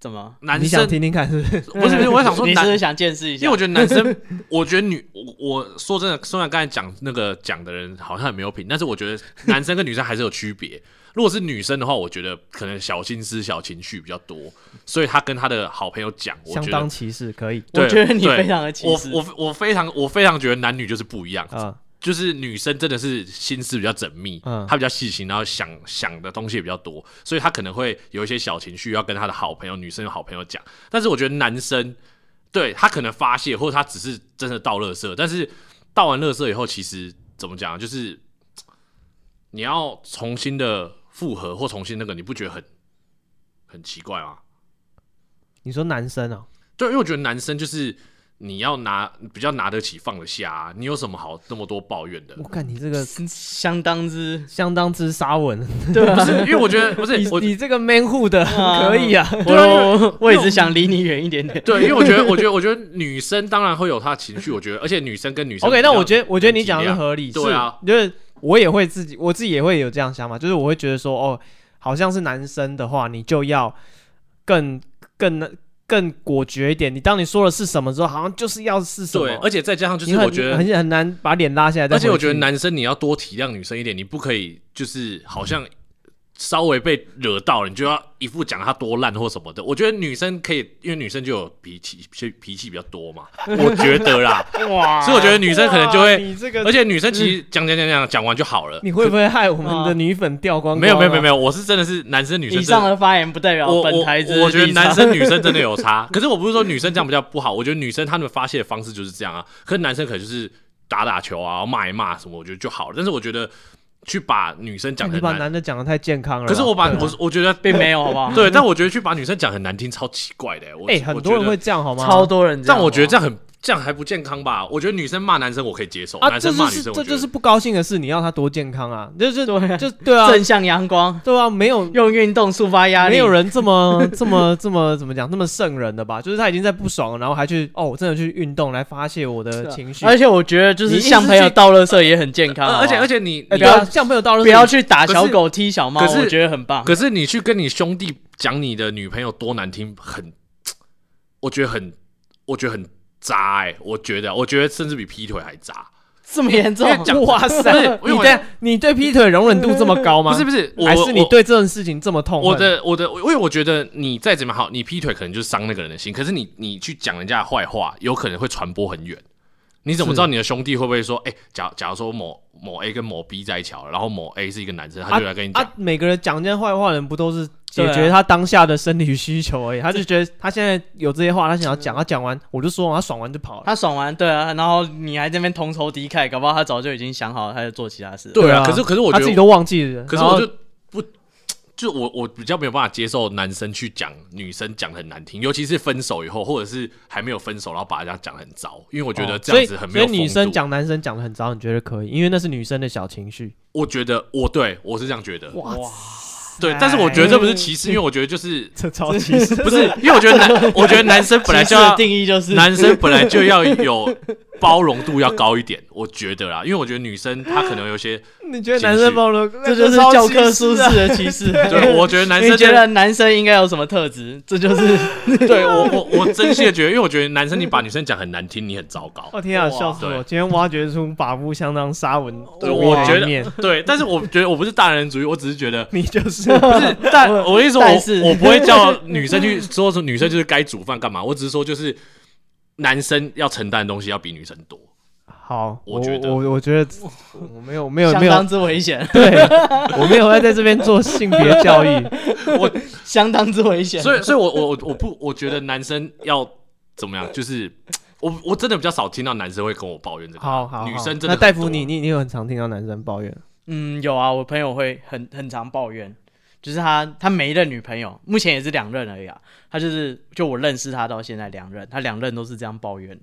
Speaker 2: 怎么？
Speaker 3: 男
Speaker 1: 你
Speaker 3: 生
Speaker 1: 想听听看是不是？
Speaker 3: 不是不嗯是，我想说
Speaker 2: 你是
Speaker 3: 男
Speaker 2: 不，是想见识一下？
Speaker 3: 因为我觉得男生， <laughs> 我觉得女，我我说真的，虽然刚才讲那个讲的人好像很没有品，但是我觉得男生跟女生还是有区别。 <laughs> 如果是女生的话，我觉得可能小心思、小情绪比较多，所以她跟她的好朋友讲，我
Speaker 1: 相
Speaker 3: 觉
Speaker 1: 当
Speaker 3: 得，
Speaker 1: 歧视，可以
Speaker 3: 对
Speaker 2: 我觉得你
Speaker 3: 对
Speaker 2: 非常的歧
Speaker 3: 我
Speaker 2: 视，哦
Speaker 3: 我我非常我非常觉得男女就是不一样，
Speaker 1: 啊，
Speaker 3: 就是女生真的是心思比较缜密，
Speaker 1: 嗯
Speaker 3: 她比较细心，然后想想的东西也比较多，所以她可能会有一些小情绪要跟她的好朋友、女生的好朋友讲。但是我觉得男生对他可能发泄，或者他只是真的倒垃圾，但是倒完垃圾以后，其实怎么讲啊，就是你要重新的复合或重新那个，你不觉得很很奇怪吗？
Speaker 1: 你说男生啊，
Speaker 3: 对，因为我觉得男生就是你要拿比较拿得起放得下、啊，你有什么好那么多抱怨的
Speaker 1: 我？看你这个
Speaker 2: 相当之
Speaker 1: 相当之沙文，
Speaker 2: 对啊
Speaker 3: 不。是，因为我觉得不是
Speaker 1: 你
Speaker 3: <laughs> 我，
Speaker 1: 你这个 man hood 的
Speaker 2: 啊
Speaker 1: <laughs> 可以啊，
Speaker 2: 我我我一直想离你远一点点。
Speaker 3: <laughs> 对，因为我觉得，我觉得，我觉得女生当然会有她的情绪，我觉得，而且女生跟女生比
Speaker 1: OK，
Speaker 3: 较。
Speaker 1: 那我觉得我觉得你讲的是
Speaker 3: 能体谅
Speaker 1: 合理，
Speaker 3: 对啊
Speaker 1: 是，就是我也会自己，我自己也会有这样想法，就是我会觉得说，哦，好像是男生的话，你就要更更呃更果决一点。你当你说的是什么之后，好像就是要是什么，
Speaker 3: 对，而且再加上就是
Speaker 1: 你很
Speaker 3: 我觉得，
Speaker 1: 很很难把脸拉下来再
Speaker 3: 而
Speaker 1: 回去。
Speaker 3: 且我觉得男生你要多体谅女生一点，你不可以就是好像稍微被惹到了，你就要一副讲她多烂或什么的。我觉得女生可以，因为女生就有脾气，脾脾气比较多嘛，我觉
Speaker 1: <laughs>
Speaker 3: 得啦。
Speaker 2: 哇
Speaker 3: 所以我觉得女生可能就
Speaker 1: 哇
Speaker 3: 会，
Speaker 1: 你这个
Speaker 3: 而，且女生其实讲讲讲讲讲完就好了。
Speaker 1: <laughs> 你会不会害我们的
Speaker 2: 哇
Speaker 1: 女粉掉光光啊？
Speaker 3: 没有没有没有没有，我是真的是男生女生
Speaker 2: 以
Speaker 3: 真的
Speaker 2: 上的发言不代表
Speaker 3: 我
Speaker 2: 本
Speaker 3: 我
Speaker 2: 台之
Speaker 3: 我觉得
Speaker 2: 立场
Speaker 3: 男生女生真的有差，可是我不是说女生这样比较不好，我觉得女生她们发泄的方式就是这样啊。可是男生可能就是打打球啊，骂一骂什么，我觉得就好了。但是我觉得去把女生讲
Speaker 1: 你
Speaker 3: 很
Speaker 1: 把
Speaker 3: 难，
Speaker 1: 男的讲的太健康了吧。
Speaker 3: 可是我把
Speaker 1: 对啊
Speaker 3: 我我觉得
Speaker 2: <laughs> 并没有，好不
Speaker 3: <laughs>
Speaker 2: 好？
Speaker 3: 对，但我觉得去把女生讲很难听，超奇怪的欸、我
Speaker 1: 哎，很多人，
Speaker 3: 我
Speaker 1: 会
Speaker 3: 觉得
Speaker 1: 这样哦好吗？
Speaker 2: 超多人这样，
Speaker 3: 但我觉得这
Speaker 2: 样
Speaker 3: 样很这样还不健康吧？我觉得女生骂男生我可以接受，
Speaker 1: 啊，
Speaker 3: 男
Speaker 1: 这
Speaker 3: 生
Speaker 1: 就
Speaker 3: 骂女
Speaker 1: 是
Speaker 3: 生
Speaker 1: 这
Speaker 3: 我觉
Speaker 1: 就是
Speaker 3: 得。
Speaker 1: 不高兴的事，你要他多健康啊？就是
Speaker 2: 对啊
Speaker 1: 就对啊，
Speaker 2: 正向阳光，
Speaker 1: 对啊，没有
Speaker 2: 用运动抒发压力，
Speaker 1: 没有人这么 <laughs> 这么这么怎么讲，这么圣人的吧？就是他已经在不爽了，然后还去哦，我真的去运动来发泄我
Speaker 2: 啊
Speaker 1: 的情绪。
Speaker 2: 而且我觉得就是
Speaker 1: 你一直
Speaker 2: 像朋友
Speaker 1: 去
Speaker 2: 倒垃圾也很健康，
Speaker 3: 呃而且而
Speaker 2: 且
Speaker 3: 且你
Speaker 1: 哎
Speaker 3: 你
Speaker 1: 对啊，像朋友到了
Speaker 2: 不要去打小狗踢小猫，
Speaker 3: 可是
Speaker 2: 我觉得很棒。
Speaker 3: 可是你去跟你兄弟讲你的女朋友多难听，很，欸我觉得很，我觉得很渣哎、我觉得，我觉得甚至比劈腿还渣。
Speaker 2: 这么严重
Speaker 3: 因？为讲
Speaker 1: <laughs> 哇
Speaker 3: 不是
Speaker 1: 塞！
Speaker 3: 因为
Speaker 1: 你
Speaker 3: 我
Speaker 1: 对啊你对劈腿容忍度这么高吗？
Speaker 3: 不是不是，我
Speaker 1: 还是你对这件事情这么痛恨？
Speaker 3: 我的我的，因为我觉得你再怎么好，你劈腿可能就是伤那个人的心，可是你你去讲人家的坏话，有可能会传播很远。你怎么
Speaker 1: 是
Speaker 3: 知道你的兄弟会不会说，哎、假假如说某某 A 跟某 B 在一起好了，然后某 A 是一个男生，他就来跟你讲，
Speaker 1: 啊，每个人讲这些坏话的人不都是解
Speaker 2: 对啊
Speaker 1: 决他当下的生理需求而已？他就觉得他现在有这些话，他想要讲，他讲完我就说完，他爽完就跑了。
Speaker 2: 他爽完对啊，然后你还在那边同仇敌忾，搞不好他早就已经想好他在做其他事了。
Speaker 1: 对啊
Speaker 3: 可是可是我
Speaker 1: 他
Speaker 3: 觉
Speaker 1: 自己
Speaker 3: 得，
Speaker 1: 都忘记了。
Speaker 3: 可是
Speaker 1: 然后
Speaker 3: 我就不。就我我比较没有办法接受男生去讲女生讲得很难听，尤其是分手以后，或者是还没有分手，然后把人家讲得很糟，因为我觉得
Speaker 1: 哦
Speaker 3: 这样子很没
Speaker 1: 所
Speaker 3: 有
Speaker 1: 以所
Speaker 3: 风度。
Speaker 1: 以女生讲男生讲的很糟，你觉得可以？因为那是女生的小情绪。
Speaker 3: 我觉得我对我是这样觉得，
Speaker 1: 哇，
Speaker 3: 对，但是我觉得这不是歧视，因为我觉得
Speaker 2: <laughs>
Speaker 3: 就是
Speaker 1: 这超歧视！
Speaker 3: 不是，因为我觉得男，我觉得男生本来就
Speaker 2: 歧视的
Speaker 3: 要，
Speaker 2: 定义就是
Speaker 3: 男生本来就要有包容度要高一点，我觉得啦，因为我觉得女生她可能有
Speaker 2: <laughs>
Speaker 3: 些，
Speaker 1: <laughs> 你觉得男生包容？
Speaker 2: 这就是教科书式的歧视。
Speaker 3: 对，我觉得男
Speaker 2: 啊你
Speaker 3: 生
Speaker 2: 觉得男生应该有什么特质？这就是
Speaker 3: 对我我我真心的觉得，因为我觉得男生你把女生讲很难听，你很糟糕。
Speaker 1: 我天啊，
Speaker 2: 哇
Speaker 1: 笑死我！
Speaker 3: 对
Speaker 1: 今天挖掘出把夫相当沙文
Speaker 3: 对，
Speaker 1: 的
Speaker 2: 哦
Speaker 3: 我觉
Speaker 1: 面
Speaker 3: 得对，但是我觉得我不是大男人主义，我只是觉得。
Speaker 1: 你
Speaker 2: <laughs>
Speaker 1: 就是
Speaker 3: 不是，但我跟你说，
Speaker 2: 但是
Speaker 3: 我我不会叫女生去 <laughs> 说说女生就是该煮饭干嘛，我只是说就是男生要承担的东西要比女生多。
Speaker 1: 好。
Speaker 3: 我
Speaker 1: 我
Speaker 3: 觉得
Speaker 1: 我我觉
Speaker 2: <laughs>
Speaker 1: 得我没有没有
Speaker 2: 相
Speaker 1: 没有
Speaker 2: 当之危险，
Speaker 1: 对，
Speaker 2: <laughs>
Speaker 1: 我没有要在这边做性别教育。
Speaker 2: 相当之危险。
Speaker 3: 所以，所以我我我我不，我觉得男生要怎么样，就是我我真的比较少听到男生会跟我抱怨这个。
Speaker 1: 好好，好
Speaker 3: 女生真的
Speaker 1: 那
Speaker 3: 很
Speaker 1: 戴夫
Speaker 3: 多
Speaker 1: 你，你你有很常听到男生抱怨，
Speaker 2: 嗯，有啊，我朋友会很很常抱怨，就是他他每一任女朋友，目前也是两任而已啊。他就是就我认识他到现在两任，他两任都是这样抱怨的。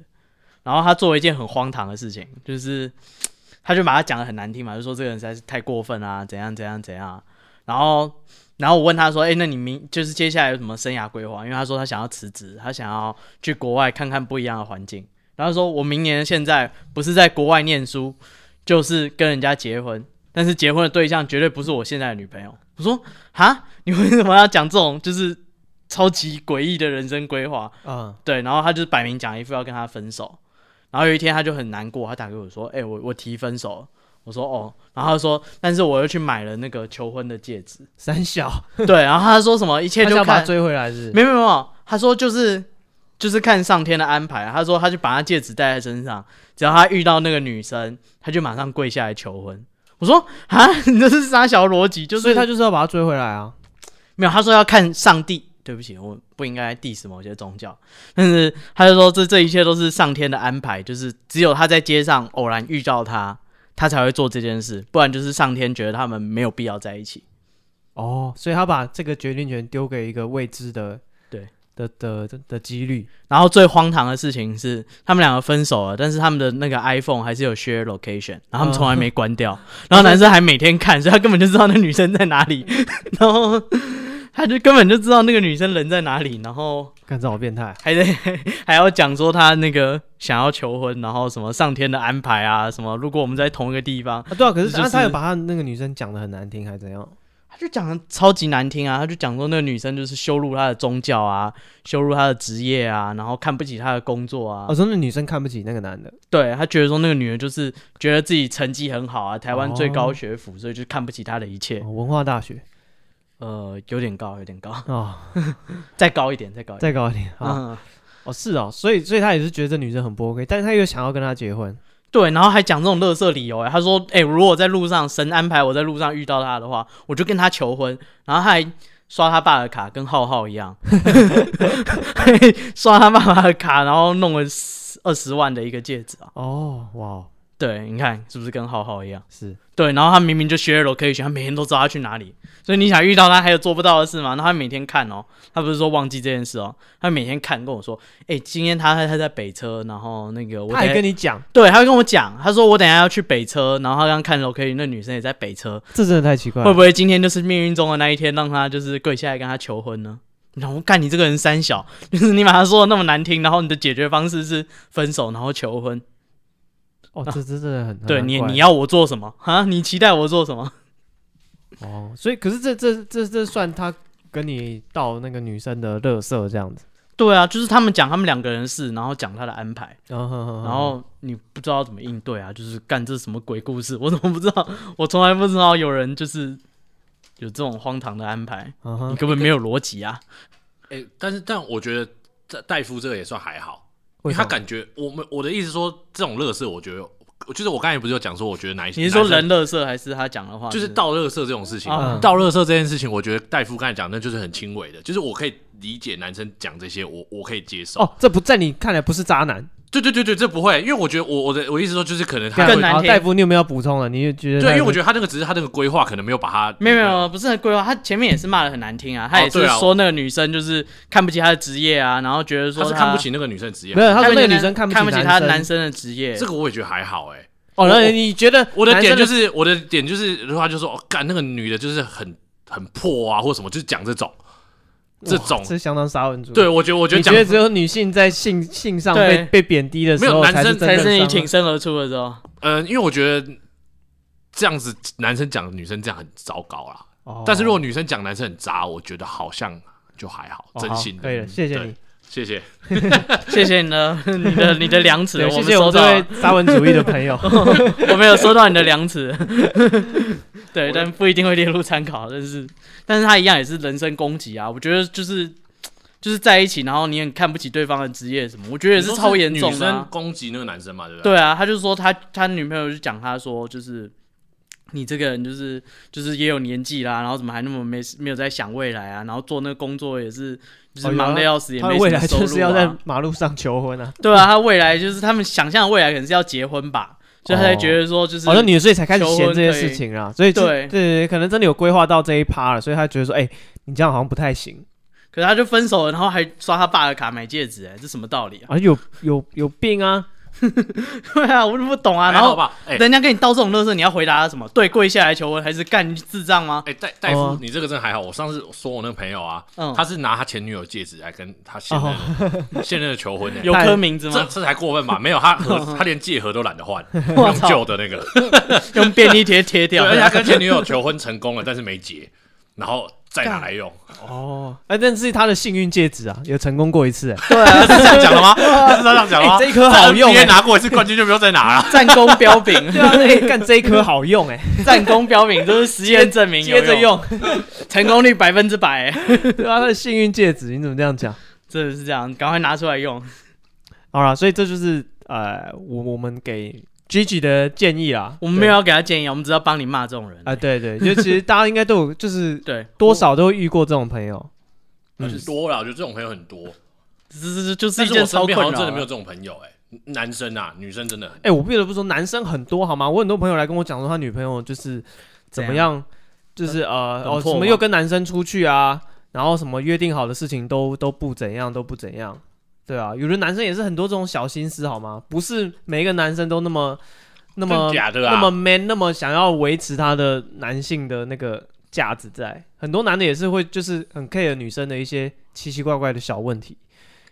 Speaker 2: 然后他做了一件很荒唐的事情，就是 <sniffs> 他就把他讲的很难听嘛，就说这个人实在是太过分啊，怎样怎样怎样啊。然后然后我问他说，哎、那你明就是接下来有什么生涯规划？因为他说他想要辞职，他想要去国外看看不一样的环境。然后他说我明年现在不是在国外念书，就是跟人家结婚，但是结婚的对象绝对不是我现在的女朋友。我说哈，你为什么要讲这种就是超级诡异的人生规划？
Speaker 1: 嗯，
Speaker 2: 对，然后他就是摆明讲一副要跟他分手。然后有一天他就很难过，他打给我说：“哎、我我提分手了。”我说：“哦。”然后他说：“但是我又去买了那个求婚的戒指。
Speaker 1: 三小，”
Speaker 2: 对，然后他说什么一切
Speaker 1: 他
Speaker 2: 就
Speaker 1: 想把
Speaker 2: 看
Speaker 1: 他追回来是不是？
Speaker 2: 没有没有没有，他说就是就是看上天的安排。啊他说他就把他戒指戴在身上，只要他遇到那个女生，他就马上跪下来求婚。我说啊，你这是啥小逻辑？就是
Speaker 1: 所以他就是要把他追回来啊。
Speaker 2: 没有，他说要看上帝。对不起，我不应该 diss 某些宗教，但是他就说这这一切都是上天的安排，就是只有他在街上偶然遇到他，他才会做这件事，不然就是上天觉得他们没有必要在一起。
Speaker 1: 哦，所以他把这个决定权丢给一个未知的，
Speaker 2: 对
Speaker 1: 的的的的几率。
Speaker 2: 然后最荒唐的事情是，他们两个分手了，但是他们的那个 iPhone 还是有 share location，然后他们从来没关掉， <laughs> 然后男生还每天看，所以他根本就知道那女生在哪里， <laughs> 然后他就根本就知道那个女生人在哪里，然后
Speaker 1: 看这好变态啊，
Speaker 2: 还在 <laughs> 还要讲说他那个想要求婚，然后什么上天的安排啊，什么如果我们在同一个地方，
Speaker 1: 啊对啊，可是
Speaker 2: 就是
Speaker 1: 他他有把他那个女生讲的很难听，还怎样？
Speaker 2: 他就讲的超级难听啊，他就讲说那个女生就是羞辱他的宗教啊，羞辱他的职业啊，然后看不起他的工作啊，
Speaker 1: 哦，说那女生看不起那个男的，
Speaker 2: 对他觉得说那个女人就是觉得自己成绩很好啊，台湾最高学府，所以就看不起她的一切。
Speaker 1: 哦文化大学
Speaker 2: 呃，有点高，有点高，
Speaker 1: 啊，
Speaker 2: 再高一点，再高一点。
Speaker 1: 再高一点啊。
Speaker 2: 嗯，
Speaker 1: 哦，是哦，所以所以他也是觉得这女生很不 OK，但是他又想要跟她结婚。
Speaker 2: 对，然后还讲这种乐色理由、欸，他说，哎、如果在路上神安排我在路上遇到他的话，我就跟他求婚，然后他还刷他爸的卡，跟浩浩一样， <laughs> 刷他爸爸的卡，然后弄了二十万的一个戒指啊，
Speaker 1: 哦，哇，
Speaker 2: 对，你看是不是跟浩浩一样？
Speaker 1: 是
Speaker 2: 对，然后他明明就 share location，他每天都知道他去哪里，所以你想遇到他还有做不到的事吗？那他每天看哦，他不是说忘记这件事哦，他每天看跟我说，哎，今天他他在北车，然后那个我
Speaker 1: 他
Speaker 2: 哎等
Speaker 1: 还
Speaker 2: 下
Speaker 1: 跟你讲，
Speaker 2: 对，他会跟我讲，他说我等一下要去北车，然后他刚看 location，那女生也在北车，
Speaker 1: 这真的太奇怪
Speaker 2: 会
Speaker 1: 了。
Speaker 2: 不会今天就是命运中的那一天，让他就是跪下来跟他求婚呢？然后我干你这个人三小，就是你把他说的那么难听，然后你的解决方式是分手，然后求婚，
Speaker 1: 哦，这这真的很
Speaker 2: 对
Speaker 1: 很
Speaker 2: 你
Speaker 1: 怪
Speaker 2: 你要我做什么啊？你期待我做什么？
Speaker 1: 哦，所以可是这这这这算他跟你到那个女生的乐色这样子，
Speaker 2: 对啊，就是他们讲他们两个人的事，然后讲他的安排，
Speaker 1: 然后
Speaker 2: 然后你不知道怎么应对啊，就是干这是什么鬼故事，我怎么不知道？我从来不知道有人就是有这种荒唐的安排，
Speaker 1: 嗯
Speaker 2: 你根本没有逻辑啊。
Speaker 3: 哎、但是但我觉得这戴夫这个也算还好，因
Speaker 1: 为
Speaker 3: 为
Speaker 1: 什
Speaker 3: 他
Speaker 1: 么
Speaker 3: 感觉我们我的意思说这种乐色，我觉得我就是我刚才不是有讲说，我觉得哪一些
Speaker 2: 你是说
Speaker 3: 男生
Speaker 2: 人乐色还啊是他讲的话？
Speaker 3: 就是倒垃圾这种事情
Speaker 2: 嗯，
Speaker 3: 倒垃圾这件事情，我觉得戴夫刚才讲那就是很轻微的，就是我可以理解男生讲这些，我我可以接受。
Speaker 1: 哦，这不在你看来不是渣男，
Speaker 3: 对对对对，这不会，因为我觉得我我的我意思说就是可能他
Speaker 2: 更
Speaker 3: 会
Speaker 1: 啊好
Speaker 2: 难听
Speaker 1: 大夫，你有没有要补充了？啊你就觉得
Speaker 3: 对，因为我
Speaker 1: 得
Speaker 3: 觉得他那个只是他那个规划可能没有把他
Speaker 2: 没有没有，不是很规划。他前面也是骂的很难听啊，他也
Speaker 3: 对
Speaker 2: 是
Speaker 3: 啊
Speaker 2: 说那个女生就是看不起他的职业啊，然后觉得说
Speaker 3: 他是看不，起那个女生的职业
Speaker 1: 没，有，他说那个女
Speaker 2: 男
Speaker 1: 生
Speaker 2: 看
Speaker 1: 不
Speaker 2: 起
Speaker 1: 起
Speaker 2: 他
Speaker 1: 男
Speaker 2: 男
Speaker 1: 生。
Speaker 2: 生的职业
Speaker 3: 这。个我也觉得还好哎。
Speaker 1: 哦，那
Speaker 3: 我
Speaker 1: 你觉得
Speaker 3: 我的
Speaker 1: 男
Speaker 3: 点
Speaker 1: 生
Speaker 3: 就是我的点就是的话就说，哦干那个女的就是很很破啊，或什么，就是讲这种这种
Speaker 1: 哇，这相当杀文主义。
Speaker 3: 对我觉得我觉得
Speaker 1: 你觉
Speaker 3: 讲
Speaker 1: 得只有女性在性性上被
Speaker 2: 对
Speaker 1: 被贬低的时
Speaker 3: 没
Speaker 1: 候
Speaker 3: 有男
Speaker 1: 才是
Speaker 3: 生
Speaker 1: 真
Speaker 2: 才
Speaker 1: 正
Speaker 2: 是
Speaker 1: 伤
Speaker 2: 你
Speaker 1: 害
Speaker 2: 挺身而出的时候，
Speaker 3: 嗯，因为我觉得这样子男生讲女生这样很糟糕啦。
Speaker 1: 哦
Speaker 3: 但是如果女生讲男生很渣，我觉得好像就还好，
Speaker 1: 哦
Speaker 3: 真
Speaker 1: 好
Speaker 3: 心的。嗯
Speaker 1: 可以了，谢谢
Speaker 3: 对
Speaker 1: 你，
Speaker 3: 谢谢。
Speaker 2: 谢谢你的你的你的良
Speaker 1: <laughs>
Speaker 2: 知，
Speaker 1: 对，
Speaker 2: 我
Speaker 1: 谢
Speaker 2: 们
Speaker 1: 谢我
Speaker 2: 收
Speaker 1: 们
Speaker 2: 到
Speaker 1: 这
Speaker 2: 了，
Speaker 1: 位沙文主义的朋
Speaker 3: <laughs>
Speaker 1: 友。
Speaker 2: <laughs> 我没有收到你的
Speaker 1: <laughs>
Speaker 2: 良知，对，但不一定会列入参考，但是但是他一样也是人身攻击啊，我觉得就是就是在一起，然后你很看不起对方的职业什么，我觉得也
Speaker 3: 你
Speaker 2: 是
Speaker 3: 说
Speaker 2: 超严重
Speaker 3: 女
Speaker 2: 的啊、
Speaker 3: 生攻击那个男生嘛，对不对？
Speaker 2: 对啊，他就说他他女朋友就讲他说就是你这个人就是就是也有年纪啦，然后怎么还那么没没有在想未来啊？然后做那个工作也是就是
Speaker 1: 哦有啊
Speaker 2: 忙的要死，也
Speaker 1: 他
Speaker 2: 没
Speaker 1: 的
Speaker 2: 什
Speaker 1: <laughs> 未
Speaker 2: 么
Speaker 1: 来
Speaker 2: 收入、啊。
Speaker 1: 就是要在马路上求婚啊！
Speaker 2: 对啊，他未来就是他们想象的未来可能是要结婚吧，所以
Speaker 1: 哦
Speaker 2: 他才觉得说就是、
Speaker 1: 好像女所以才开始
Speaker 2: 求
Speaker 1: 嫌这
Speaker 2: 婚
Speaker 1: 些
Speaker 2: 可以
Speaker 1: 事情啦，所以这
Speaker 2: 对
Speaker 1: 对对，可能真的有规划到这一趴了，所以他觉得说，哎，你这样好像不太行，
Speaker 2: 可是他就分手了，然后还刷他爸的卡买戒指、哎，这什么
Speaker 1: <laughs>
Speaker 2: 道理啊？
Speaker 1: 啊，有有有病啊！
Speaker 2: 对啊，我都不懂啊。
Speaker 3: 还
Speaker 2: 然
Speaker 3: 好
Speaker 2: 后
Speaker 3: 吧？哎
Speaker 2: 人家跟你道这种乐色，你要回答他什么？对，跪下来求婚，还是干你智障吗？
Speaker 3: 哎，戴戴夫
Speaker 1: 哦，
Speaker 3: 你这个真的还好。我上次说我那个朋友啊，
Speaker 2: 嗯，
Speaker 3: 他是拿他前女友戒指来跟他现任
Speaker 1: 哦
Speaker 3: 的 <laughs> 现任的求婚的。
Speaker 2: 有刻名字
Speaker 3: 这
Speaker 2: 吗？
Speaker 3: 这才过分吧？没有，他
Speaker 1: 嗯
Speaker 3: 盒他连戒盒都懒得
Speaker 1: <laughs>
Speaker 3: 换，
Speaker 2: 我
Speaker 3: 用
Speaker 2: 操！
Speaker 3: 旧的那个。
Speaker 2: 用便利贴贴
Speaker 3: 对，
Speaker 2: 掉。
Speaker 3: 而且他跟前女友求婚成功了，但是没结，然后再拿
Speaker 1: <laughs>
Speaker 3: 来用。
Speaker 1: 哦，哎，但是他的幸运戒指啊，有成功过一次，
Speaker 2: <laughs>
Speaker 1: 哎，
Speaker 2: 对啊，
Speaker 3: 是这样讲的吗？是这样讲的吗
Speaker 1: <laughs> 哎，？这一颗好用，
Speaker 3: 你也
Speaker 1: 哎，
Speaker 3: 拿过
Speaker 1: <laughs>
Speaker 3: 一次冠军就不用再拿了。
Speaker 2: 战功彪炳，
Speaker 1: 对啊，哎，干这一颗好用，哎，
Speaker 2: 战功彪炳，这是实验证明有
Speaker 1: 接着，用， <laughs>
Speaker 2: 成功率百分之百，哎
Speaker 1: 对啊，他的幸运戒指，你怎么这样讲？
Speaker 2: 真的是这样，赶快拿出来用。
Speaker 1: 好啦，所以这就是呃，我我们给 Gigi 的建议啦。
Speaker 2: 我们没有要给他建议，我们只要帮你骂这种人
Speaker 1: 对啊、。对对，就其实大家应该都有，就是
Speaker 2: 对，
Speaker 1: 多少都会遇过这种朋
Speaker 2: <laughs>
Speaker 1: 友。
Speaker 3: 很多了，我觉得这种朋友很多，
Speaker 2: 这这这就是
Speaker 3: 但
Speaker 2: 一
Speaker 3: 是我
Speaker 2: 件
Speaker 3: 身
Speaker 2: 超
Speaker 3: 边好
Speaker 2: 困
Speaker 3: 像真
Speaker 2: 扰
Speaker 3: 的没有
Speaker 2: 啊。
Speaker 3: 这种朋友，哎，男生啊，女生真的很
Speaker 1: 哎、我不得不说，男生很多好吗？我很多朋友来跟我讲说，他女朋友就是怎么
Speaker 2: 怎
Speaker 1: 样，就是呃
Speaker 2: 很
Speaker 1: 哦
Speaker 2: 破
Speaker 1: 什么
Speaker 2: 吗
Speaker 1: 又跟男生出去啊，然后什么约定好的事情都都不怎样，都不怎样。对啊，有的男生也是很多这种小心思好吗？不是每一个男生都那么那
Speaker 3: 真
Speaker 1: 么
Speaker 3: 假的
Speaker 1: 那
Speaker 3: 啊
Speaker 1: 么。man，那么想要维持他的男性的那个价值在。很多男的也是会就是很 care 女生的一些奇奇怪怪的小问题，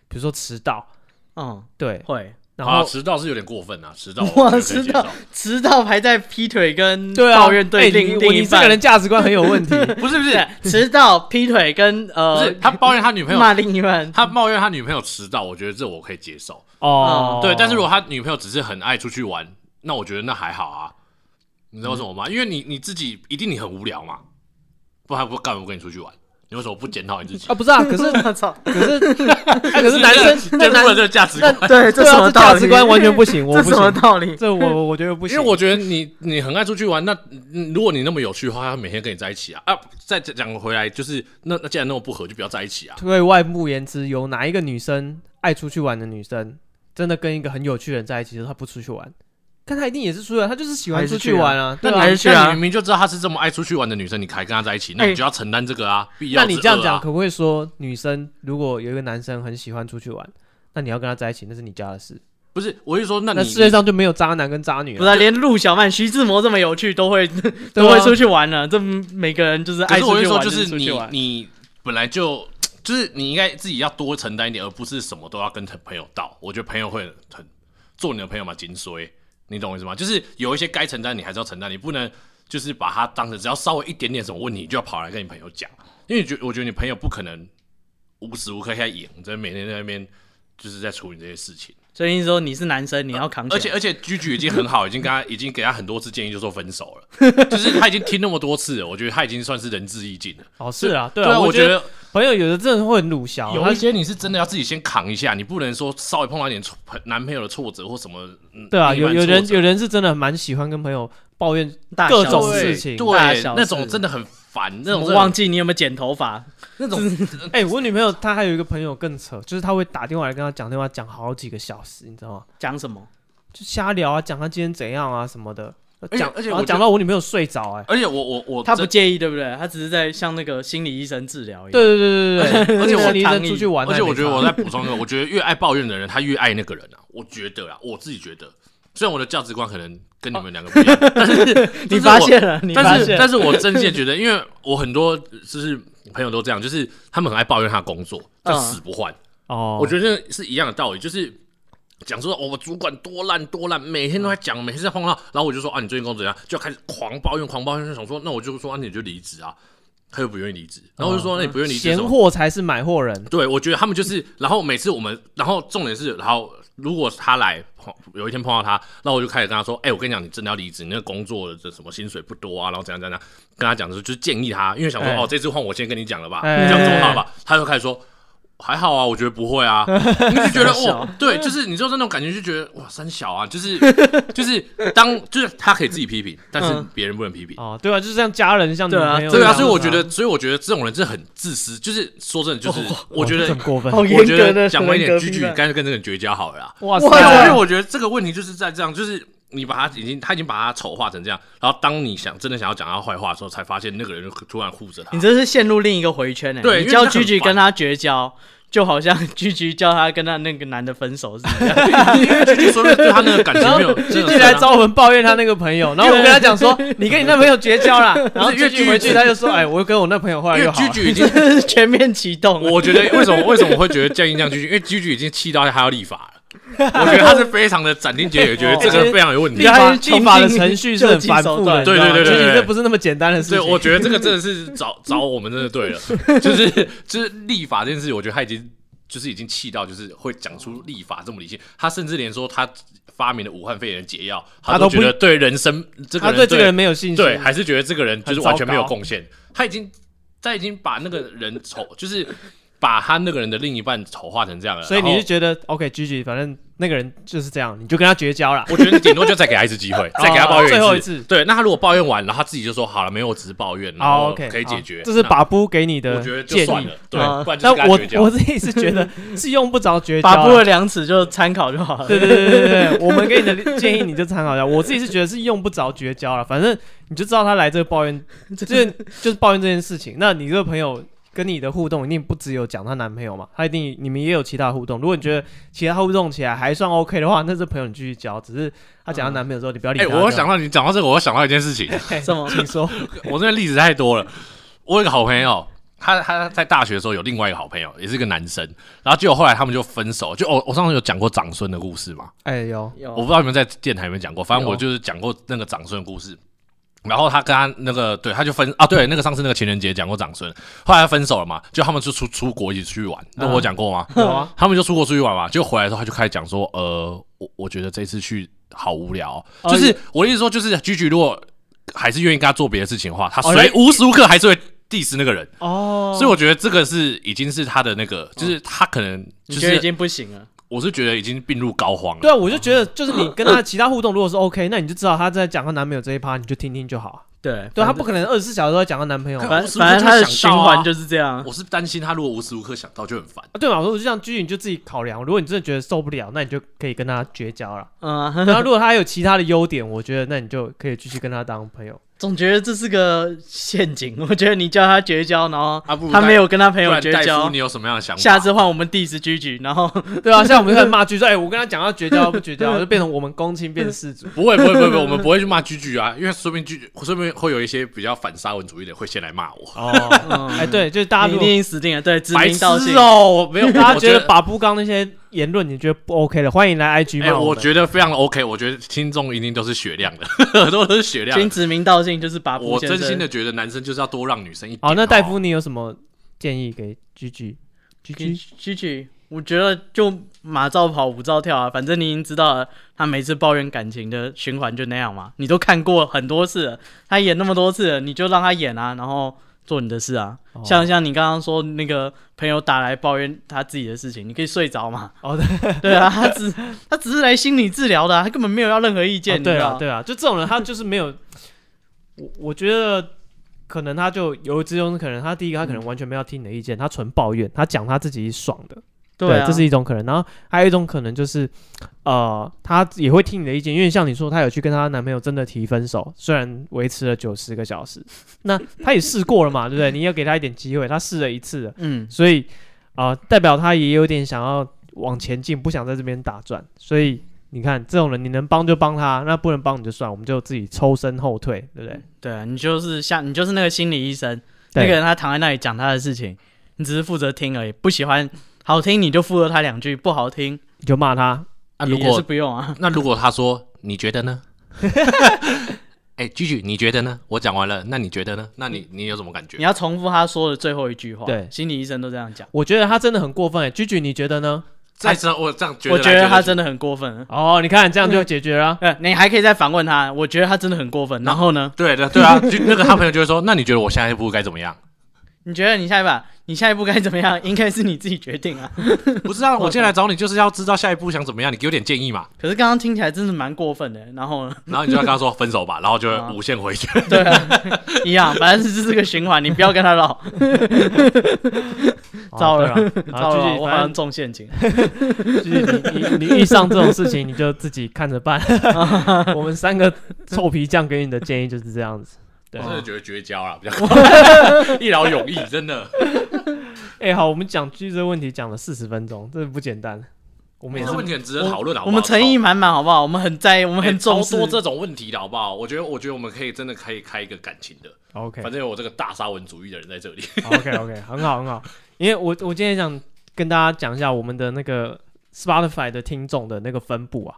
Speaker 1: 比如说迟到，啊
Speaker 2: 嗯，
Speaker 1: 对，
Speaker 2: 会
Speaker 1: 然
Speaker 3: 啊，
Speaker 1: 后、
Speaker 3: 迟到是有点过分啊，迟到
Speaker 2: 哇
Speaker 3: 我
Speaker 2: 迟
Speaker 3: 觉得可以接
Speaker 2: 到
Speaker 3: 受
Speaker 2: 迟到还在劈腿跟
Speaker 1: 对啊，
Speaker 2: 抱怨对
Speaker 1: 哎你
Speaker 2: 另
Speaker 1: 我
Speaker 2: 另
Speaker 1: 你
Speaker 2: 一
Speaker 1: 这个
Speaker 2: 半
Speaker 1: 人。价值观很有 <laughs> 问题。
Speaker 3: <laughs> 不是不是
Speaker 2: 对，迟到、劈腿跟
Speaker 3: 不
Speaker 2: 呃
Speaker 3: 是，他抱怨他女朋友，
Speaker 2: 骂另一半，
Speaker 3: 他抱怨他女朋友迟到，我觉得这我可以接受。
Speaker 1: 哦，
Speaker 3: 对，但是如果他女朋友只是很爱出去玩，那我觉得那还好啊。你知道为什么吗？因为你你自己一定你很无聊嘛，不然不干嘛不跟你出去玩？你为什么不检讨你自己
Speaker 1: 啊，？不是啊，可是
Speaker 2: <laughs> 我操！
Speaker 1: 可 <laughs> 是、哎
Speaker 3: <laughs>
Speaker 1: 可是男生 <laughs> 那
Speaker 3: 颠
Speaker 1: 男
Speaker 3: 覆了这个价值观。
Speaker 2: 对，
Speaker 1: 对啊，这价值观完全不行，我
Speaker 2: 这
Speaker 1: 不
Speaker 2: 什么
Speaker 1: 行，
Speaker 2: 道理？
Speaker 1: <laughs> 这我我觉得不行，
Speaker 3: 因为我觉得你你很爱出去玩，那嗯如果你那么有趣的话，他每天跟你在一起啊啊！再讲讲回来，就是那那既然那么不合，就不要在一起啊。
Speaker 1: 对外部言之，有哪一个女生爱出去玩的女生，真的跟一个很有趣的人在一起，就是她不出去玩，但她一定也是出去玩，她就是喜欢出去玩啊，对
Speaker 3: 那
Speaker 1: 吧、
Speaker 2: 还
Speaker 3: 你
Speaker 2: 是去啊
Speaker 3: 那你明明就知道她是这么爱出去玩的女生，你还跟她在一起，那
Speaker 2: 哎
Speaker 3: 你就要承担这个啊，必要
Speaker 1: 那
Speaker 3: 之恶啊。
Speaker 1: 你这样讲，可不可以说女生如果有一个男生很喜欢出去玩，那你要跟他在一起，那是你家的事，
Speaker 3: 不是？我是说，那
Speaker 1: 那
Speaker 3: 你
Speaker 1: 世界上就没有渣男跟渣女
Speaker 2: 不
Speaker 1: 了，
Speaker 2: 是、啊，连陆小曼、徐志摩这么有趣都会
Speaker 1: 对啊
Speaker 2: 都
Speaker 1: 吧
Speaker 2: 会出去玩了。这每个人 <laughs> 就是
Speaker 3: 啊可
Speaker 2: 爱
Speaker 3: 是
Speaker 2: 出
Speaker 3: 我
Speaker 2: 去
Speaker 3: 是说，
Speaker 2: 玩，
Speaker 3: 就
Speaker 2: 就是
Speaker 3: 是
Speaker 2: 出
Speaker 3: 你
Speaker 2: 去玩。
Speaker 3: 你本来就就是你应该自己要多承担一点，而不是什么都要跟朋友道。我觉得朋友会很做你的朋友嘛，紧随，你懂我意思吗？就是有一些该承担你还是要承担，你不能就是把它当成只要稍微一点点什么问题你就要跑来跟你朋友讲，因为你觉我觉得你朋友不可能无时无刻在演，在每天在那边就是在处理这些事情。
Speaker 2: 所以你说你是男生，你要扛起来，
Speaker 3: 而且而且，居居已经很好，已经跟他已经给他很多次建议，就说分手了。 <laughs> 就是他已经听那么多次了，我觉得他已经算是仁至义尽了。
Speaker 1: 哦，是啊，对
Speaker 3: 对啊，
Speaker 1: 啊，
Speaker 3: 我
Speaker 1: 觉
Speaker 3: 觉
Speaker 1: 得
Speaker 3: 得
Speaker 1: 朋友有的真的会很鲁小，
Speaker 3: 有
Speaker 1: 他
Speaker 3: 一些你是真的要自己先扛一下，你不能说稍微碰到一点挫男朋友的挫折或什么。嗯
Speaker 1: 对啊，
Speaker 3: 另一
Speaker 1: 有
Speaker 3: 半
Speaker 1: 有人
Speaker 3: 挫折
Speaker 1: 有人是真的蛮喜欢跟朋友抱
Speaker 3: <laughs>
Speaker 1: 怨
Speaker 2: 大
Speaker 1: 各
Speaker 2: 小
Speaker 1: 种
Speaker 2: 事
Speaker 1: 事情。
Speaker 2: 大
Speaker 3: 对
Speaker 2: 小
Speaker 3: 那
Speaker 2: 事
Speaker 3: 种真的很烦，那
Speaker 2: 我
Speaker 3: 种真的
Speaker 2: 忘记你有没有剪头发，
Speaker 3: 那种
Speaker 1: 哎、我女朋友她还有一个朋友更扯，就是她会打电话来跟她讲电话，讲好几个小时，你知道吗？
Speaker 2: 讲什么？
Speaker 1: 就瞎聊啊，讲她今天怎样啊什么的，
Speaker 3: 且
Speaker 1: 讲
Speaker 3: 而且
Speaker 1: 然
Speaker 3: 我
Speaker 1: 后
Speaker 3: 觉
Speaker 1: 讲
Speaker 3: 得
Speaker 1: 到我女朋友睡着、
Speaker 3: <laughs>
Speaker 1: 哎，
Speaker 3: 而且我我我
Speaker 2: 他不
Speaker 3: 真
Speaker 2: 介意，对不对？他只是在像那个心理医生治疗一样。
Speaker 1: 对对对对对，
Speaker 2: 而且我
Speaker 1: 心理医
Speaker 2: 抗
Speaker 1: 生
Speaker 2: 议
Speaker 1: 出去玩，
Speaker 3: 而且我觉得我
Speaker 1: 在
Speaker 3: 在补充一个，我觉得越爱抱怨的人，他越爱那个人啊。我觉得啊，我自己觉得，虽然我的价值观可能跟你们两个不一样，但是
Speaker 2: 你发，现了，哦你发
Speaker 3: 但是我但
Speaker 2: 现
Speaker 3: 是
Speaker 2: 了，
Speaker 3: 但是我真心地觉得，因为我很多就是朋友都这样，就是他们很爱抱怨他的工作，但
Speaker 2: 嗯
Speaker 3: 死不换。
Speaker 1: 哦，
Speaker 3: 我觉得是一样的道理，就是讲说、哦、我主管多烂多烂，每天都在讲，每天在碰到，然后我就说啊，你最近工作怎样？就开始狂抱怨，狂抱怨，就想说，那我就说啊，你就离职啊，他又不愿意离职，然后我就说，那你不愿意离职
Speaker 1: 闲
Speaker 3: 什么？
Speaker 1: 货才是买货人，
Speaker 3: 对，我觉得他们就是，然后每次我们，然后重点是，然后如果他来，碰有一天碰到他，那我就开始跟他说，哎、我跟你讲，你真的要离职，你那个工作的什么薪水不多啊，然后怎样怎样，怎样跟他讲的时候就是建议他，因为想说，
Speaker 1: 哎
Speaker 3: 哦，这次换我先跟你讲了吧，
Speaker 1: 哎
Speaker 3: 你讲这么好吧，他就开始说。还好啊，我觉得不
Speaker 1: <laughs>
Speaker 3: 会啊，你就觉得
Speaker 2: 小
Speaker 3: 哇，对，就是你就是那种感觉，就觉得哇，三小啊，就是
Speaker 1: <laughs>
Speaker 3: 就是当就是他可以自己批评，但是
Speaker 2: 嗯
Speaker 3: 别人不能批评，
Speaker 1: 哦，对啊，就是像家人像女
Speaker 2: 对啊
Speaker 1: 朋友这样子，
Speaker 3: 对啊，所以我觉得，所以我觉得这种人是很自私，就是说真的，就是我觉
Speaker 1: 哦这
Speaker 3: 得
Speaker 1: 很过分，
Speaker 2: 好严
Speaker 3: <laughs> 我觉
Speaker 2: 格的
Speaker 3: 得讲回一点，
Speaker 2: 人格
Speaker 3: 居
Speaker 2: 分
Speaker 3: 居
Speaker 2: 断
Speaker 3: 干脆跟这个人绝交好了啊啦。
Speaker 1: 哇
Speaker 2: 哇
Speaker 3: 因为
Speaker 1: 塞，
Speaker 3: 我觉得这个问题就是在这样，就是你把他已经他已经把他丑化成这样，然后当你想真的想要讲他坏话的时候，才发现那个人就突然护着他
Speaker 2: 你。这是陷入另一个回圈呢、欸
Speaker 3: 对因为
Speaker 2: 你叫
Speaker 3: 这很
Speaker 2: 居居
Speaker 3: 烦
Speaker 2: 跟他绝交，就好像 <laughs> 居居叫他跟他那个男的分手是一样。
Speaker 3: 居居说明对他那个感情
Speaker 1: <laughs> 然后
Speaker 3: 没有，
Speaker 1: 居
Speaker 3: 真的
Speaker 1: 居
Speaker 3: 是
Speaker 1: 来
Speaker 3: 啊
Speaker 1: 找我们抱怨他那个朋友，然后我跟他讲
Speaker 3: <laughs>
Speaker 1: 说，你跟你那朋友绝交啦，然后
Speaker 3: 因为
Speaker 1: 居居
Speaker 3: 居
Speaker 1: 回去他就说，哎，我跟我那朋友后来
Speaker 3: 因
Speaker 1: 又
Speaker 3: 为
Speaker 1: 好了，
Speaker 3: 居居已经，
Speaker 2: 全面启动，啊
Speaker 3: 我觉得为什么为什么我会觉得建议这样居居，因为居居已经气到他要立法了。我觉得他是非常的斩钉截铁，觉得这
Speaker 1: 哎
Speaker 3: 个非常有问题
Speaker 1: 立。法
Speaker 2: 他是
Speaker 1: 立法的
Speaker 2: 穷尽
Speaker 1: 程序是很繁复的，
Speaker 3: 就计手段对对对对
Speaker 1: 其
Speaker 3: 对
Speaker 1: 实这不是那么简单的事
Speaker 3: <laughs> 对，
Speaker 1: 情。
Speaker 3: 我觉得这个真的是找 <laughs> 找我们真的对了，
Speaker 1: <laughs>
Speaker 3: 就是就是立法这件事，我觉得他已经就是已经气到，就是会讲出立法这么理性，他甚至连说他发明的武汉肺炎解药，
Speaker 1: 他
Speaker 3: 他
Speaker 1: 都
Speaker 3: 都
Speaker 1: 不
Speaker 3: 觉得对人生这个
Speaker 1: 他
Speaker 3: 人
Speaker 1: 对这个人没有信心，
Speaker 3: 对，还是觉得这个人就是完全没有
Speaker 1: 很糟糕
Speaker 3: 贡献，他已经他已经把那个人丑，就是把他那个人的另一半丑化成这样了，
Speaker 1: 所以你
Speaker 3: 然
Speaker 1: 是
Speaker 3: 后
Speaker 1: 觉得 OK，居居，反正那个人就是这样，你就跟他绝交啦。
Speaker 3: 我觉得顶多就再给他一次
Speaker 1: <laughs>
Speaker 3: 机会，再给他抱怨
Speaker 1: 哦最后一
Speaker 3: 一
Speaker 1: 次
Speaker 3: 对，那他如果抱怨完，然后他自己就说好了，没有，我只是抱怨，然
Speaker 1: 好
Speaker 3: 后
Speaker 1: 哦，OK，
Speaker 3: 可以解
Speaker 1: 好
Speaker 3: 决。
Speaker 1: 这是
Speaker 3: 那
Speaker 1: 把布给你的
Speaker 3: 我觉得就
Speaker 1: 建
Speaker 3: 算
Speaker 1: 议
Speaker 3: 了。，对
Speaker 2: 嗯，
Speaker 3: 不然就
Speaker 1: 但
Speaker 3: 是跟他
Speaker 1: 我
Speaker 3: 绝
Speaker 1: 我
Speaker 3: 交。
Speaker 1: 自己是觉得是用不着绝交
Speaker 2: 把
Speaker 1: 啦，
Speaker 2: 布的量尺就参考就好了。
Speaker 1: 对对对对对，对我们给你的建议你就参考一下。我自己是觉得是用不着绝交了，反正你就知道他来这个抱怨， <laughs> 这就是抱怨这件事情。那你这个朋友跟你的互动一定不只有讲她男朋友嘛，她一定你们也有其他互动。如果你觉得其他互动起来还算 OK 的话，那这朋友你继续交。只是她讲她男朋友之后，你不要理
Speaker 3: 哎、
Speaker 1: 她。
Speaker 3: 我想到你讲到这个，我又想到一件事情，
Speaker 2: <laughs> 什么？
Speaker 1: 请说，
Speaker 3: 我这个例子太多了。我有一个好朋友，他他在大学的时候有另外一个好朋友，也是个男生，然后结果后来他们就分手。就我我上次有讲过长孙的故事嘛，
Speaker 1: 哎呦，
Speaker 2: 有
Speaker 3: 我不知道你们在电台有没有讲过，反正
Speaker 2: 有
Speaker 3: 我就是讲过那个长孙的故事。然后他跟他那个对，他就分啊，对，那个上次那个情人节讲过长孙，后来他分手了嘛，就他们就出出国一起出去玩，那我有讲过吗？
Speaker 1: 有啊，
Speaker 3: 他们就出国出去玩嘛，就回来的时候他就开始讲说，呃，我我觉得这次去好无聊哦、
Speaker 1: 哦
Speaker 3: 就是我的意思说，就是居居如果还是愿意跟他做别的事情的话，他
Speaker 1: 哦
Speaker 3: 随无时无刻还是会 diss 那个人，
Speaker 1: 哦，
Speaker 3: 所以我觉得这个是已经是他的那个，就是他可能
Speaker 2: 你
Speaker 3: 就
Speaker 2: 觉得已
Speaker 3: 是
Speaker 2: 经不行了？
Speaker 3: 我是觉得已经病入膏肓
Speaker 1: 对
Speaker 3: 了。
Speaker 1: 啊，我就觉得就是你跟她其他互动如果是 OK，那你就知道她在讲她男朋友这一趴，你就听听就好。
Speaker 2: 对，
Speaker 1: 对她
Speaker 2: 反
Speaker 1: 不可能二十四小时都在讲她男朋友嘛。
Speaker 2: 反
Speaker 3: 无时无刻
Speaker 2: 反正他的
Speaker 3: 就
Speaker 2: 循
Speaker 3: 想到啊
Speaker 2: 环就是这样。
Speaker 3: 我是担心他如果无时无刻想到就很烦。
Speaker 1: 啊，对嘛？我说就像居宇，你就自己考量。如果你真的觉得受不了，那你就可以跟他绝交了。
Speaker 2: 嗯， <laughs>
Speaker 1: 然后如果他有其他的优点，我觉得那你就可以继续跟他当朋友。
Speaker 2: 总觉得这是个陷阱。我觉得你叫他绝交，然后
Speaker 3: 啊不如
Speaker 2: 他
Speaker 3: 戴
Speaker 2: 没有跟他朋
Speaker 3: 不
Speaker 2: 友
Speaker 3: 然
Speaker 2: 绝
Speaker 3: 戴夫，
Speaker 2: 交
Speaker 3: 你，有什么样的想法？
Speaker 2: 下次换我们 diss 居居，然后
Speaker 1: 对啊，现在我们就在骂居说，哎、我跟他讲要绝交不绝交，就变成我们公亲变世主。
Speaker 3: 不会不会不会，不会我们不会去骂居居啊，因为说不定居说不定会有一些比较反沙文主义的会先来骂我。
Speaker 1: 哦，
Speaker 2: 嗯
Speaker 1: 哎、对，就是大家
Speaker 2: 你一
Speaker 1: 如果
Speaker 2: 定死定了。对，指
Speaker 3: 白
Speaker 2: 名
Speaker 3: 痴
Speaker 2: 道姓。
Speaker 3: 哦，
Speaker 1: <laughs>
Speaker 3: 我没有，
Speaker 1: 大家
Speaker 3: 我
Speaker 1: 觉得把布刚那些言论你觉得不 OK 的，欢迎来 IG
Speaker 3: 哎、
Speaker 1: 骂
Speaker 3: 我
Speaker 1: 们。
Speaker 3: 觉得非常 OK，我觉得听众一定都是雪亮的， <laughs> 很多都是雪亮
Speaker 2: 先
Speaker 3: 的。
Speaker 2: 指名道姓就是把布
Speaker 3: 我
Speaker 2: 先
Speaker 3: 真
Speaker 2: 生哦
Speaker 3: 心的觉得男生就是要多让女生一点、
Speaker 1: 好，那戴夫
Speaker 3: 哦，
Speaker 1: 你有什么建议给居居？居
Speaker 2: 举
Speaker 1: 居
Speaker 2: 举举，我觉得就马照跑，舞照跳啊，反正你已经知道了，他每次抱怨感情的循环就那样嘛，你都看过很多次了，他演那么多次了，你就让他演啊，然后做你的事啊。
Speaker 1: 哦
Speaker 2: 像像你刚刚说那个朋友打来抱怨他自己的事情，你可以睡着嘛？
Speaker 1: 哦对
Speaker 2: 对啊，他只他只是来心理治疗的、啊，他根本没有要任何意见，
Speaker 1: 啊对
Speaker 2: 啊
Speaker 1: 啊，，对啊，就这种人，他就是没
Speaker 2: <laughs>
Speaker 1: 有，我我觉得可能他就由之中，可能他第一个，他
Speaker 2: 嗯
Speaker 1: 可能完全没有听你的意见，他纯抱怨，他讲他自己爽的，
Speaker 2: 对啊，
Speaker 1: 这是一种可能。然后还有一种可能就是，呃，他也会听你的意见，因为像你说，她有去跟她男朋友真的提分手，虽然维持了九十个小时，那她也试过了
Speaker 2: <laughs>
Speaker 1: 嘛，对不对？你要给她一点机会，她试了一次了，
Speaker 2: 嗯，
Speaker 1: 所以啊、呃代表他也有点想要往前进，不想在这边打转。所以你看，这种人你能帮就帮他，那不能帮你就算，我们就自己抽身后退，对不对？
Speaker 2: 对啊，你就是像你就是那个心理医生，
Speaker 1: 对
Speaker 2: 那个人他躺在那里讲他的事情，你只是负责听而已，不喜欢好听你就附和他两句，不好听
Speaker 1: 你就骂他，
Speaker 3: 啊，
Speaker 2: 也
Speaker 3: 如
Speaker 2: 也是
Speaker 3: 果
Speaker 2: 不用啊。
Speaker 3: 那如果他说你觉得呢？ <laughs> 哎，居居，你觉得呢？我讲完了，那你觉得呢？那你你有什么感觉
Speaker 2: 你？要重复他说的最后一句话，
Speaker 1: 对
Speaker 2: 心理医生都这样讲。
Speaker 1: 我觉得他真的很过分、欸。居居，你觉得呢？
Speaker 3: 再说我这样觉得
Speaker 2: 我
Speaker 3: 来，
Speaker 2: 觉得他
Speaker 3: 去
Speaker 2: 真的很过分。啊
Speaker 1: 哦，你看这样就解决了
Speaker 2: <laughs>
Speaker 1: 啊。
Speaker 2: 呃，你还可以再反问他，我觉得他真的很过分。然后呢，
Speaker 3: 对的，对啊，就 <laughs> 那个他朋友就会说，那你觉得我下一步该怎么样？ <laughs>
Speaker 2: 你觉得你下一把，你下一步该怎么样？应该是你自己决定啊。
Speaker 3: 不是啊，我今天来找你就是要知道下一步想怎么样，你给我点建
Speaker 2: <laughs>
Speaker 3: 议嘛。
Speaker 2: 可是刚刚听起来真是蛮过分的。然后呢，
Speaker 3: 然后你就要跟他说分手吧，然后就
Speaker 2: 啊
Speaker 3: 会无限回旋。
Speaker 2: 对啊，一样，反正是这个循环，你不要跟他唠。 <laughs> 糟了
Speaker 1: <laughs> 哦
Speaker 2: <laughs>
Speaker 1: 对啊
Speaker 2: 糟
Speaker 1: 好，
Speaker 2: 了，
Speaker 1: 居居，
Speaker 2: 我好像
Speaker 1: 反
Speaker 2: 中陷 <laughs> 阱。
Speaker 1: 正居居，你你你遇上这种事情，你就自己看着办。我们三个臭皮匠给你的建议就是这样子。对
Speaker 3: 我真的觉得绝交了，比较
Speaker 2: <laughs>
Speaker 3: 一劳永逸，真的。
Speaker 1: 哎、好，我们讲居居这个问题讲了四十分钟，这不简单。我们也
Speaker 3: 这
Speaker 1: 是
Speaker 3: 个问题很值得讨论，好不好？
Speaker 2: 我们诚意满满，好不好？我们很在意，我们
Speaker 3: 超
Speaker 2: 很重
Speaker 3: 哎
Speaker 2: 视
Speaker 3: 超多。这种问题的好不好？我觉得，我觉得我们可以真的可以开一个感情的，
Speaker 1: OK。
Speaker 3: 反正有我这个大沙文主义的人在这里。
Speaker 1: OK OK，很 <laughs> 好很好，因为我我今天想跟大家讲一下我们的那个 Spotify 的听众的那个分布啊，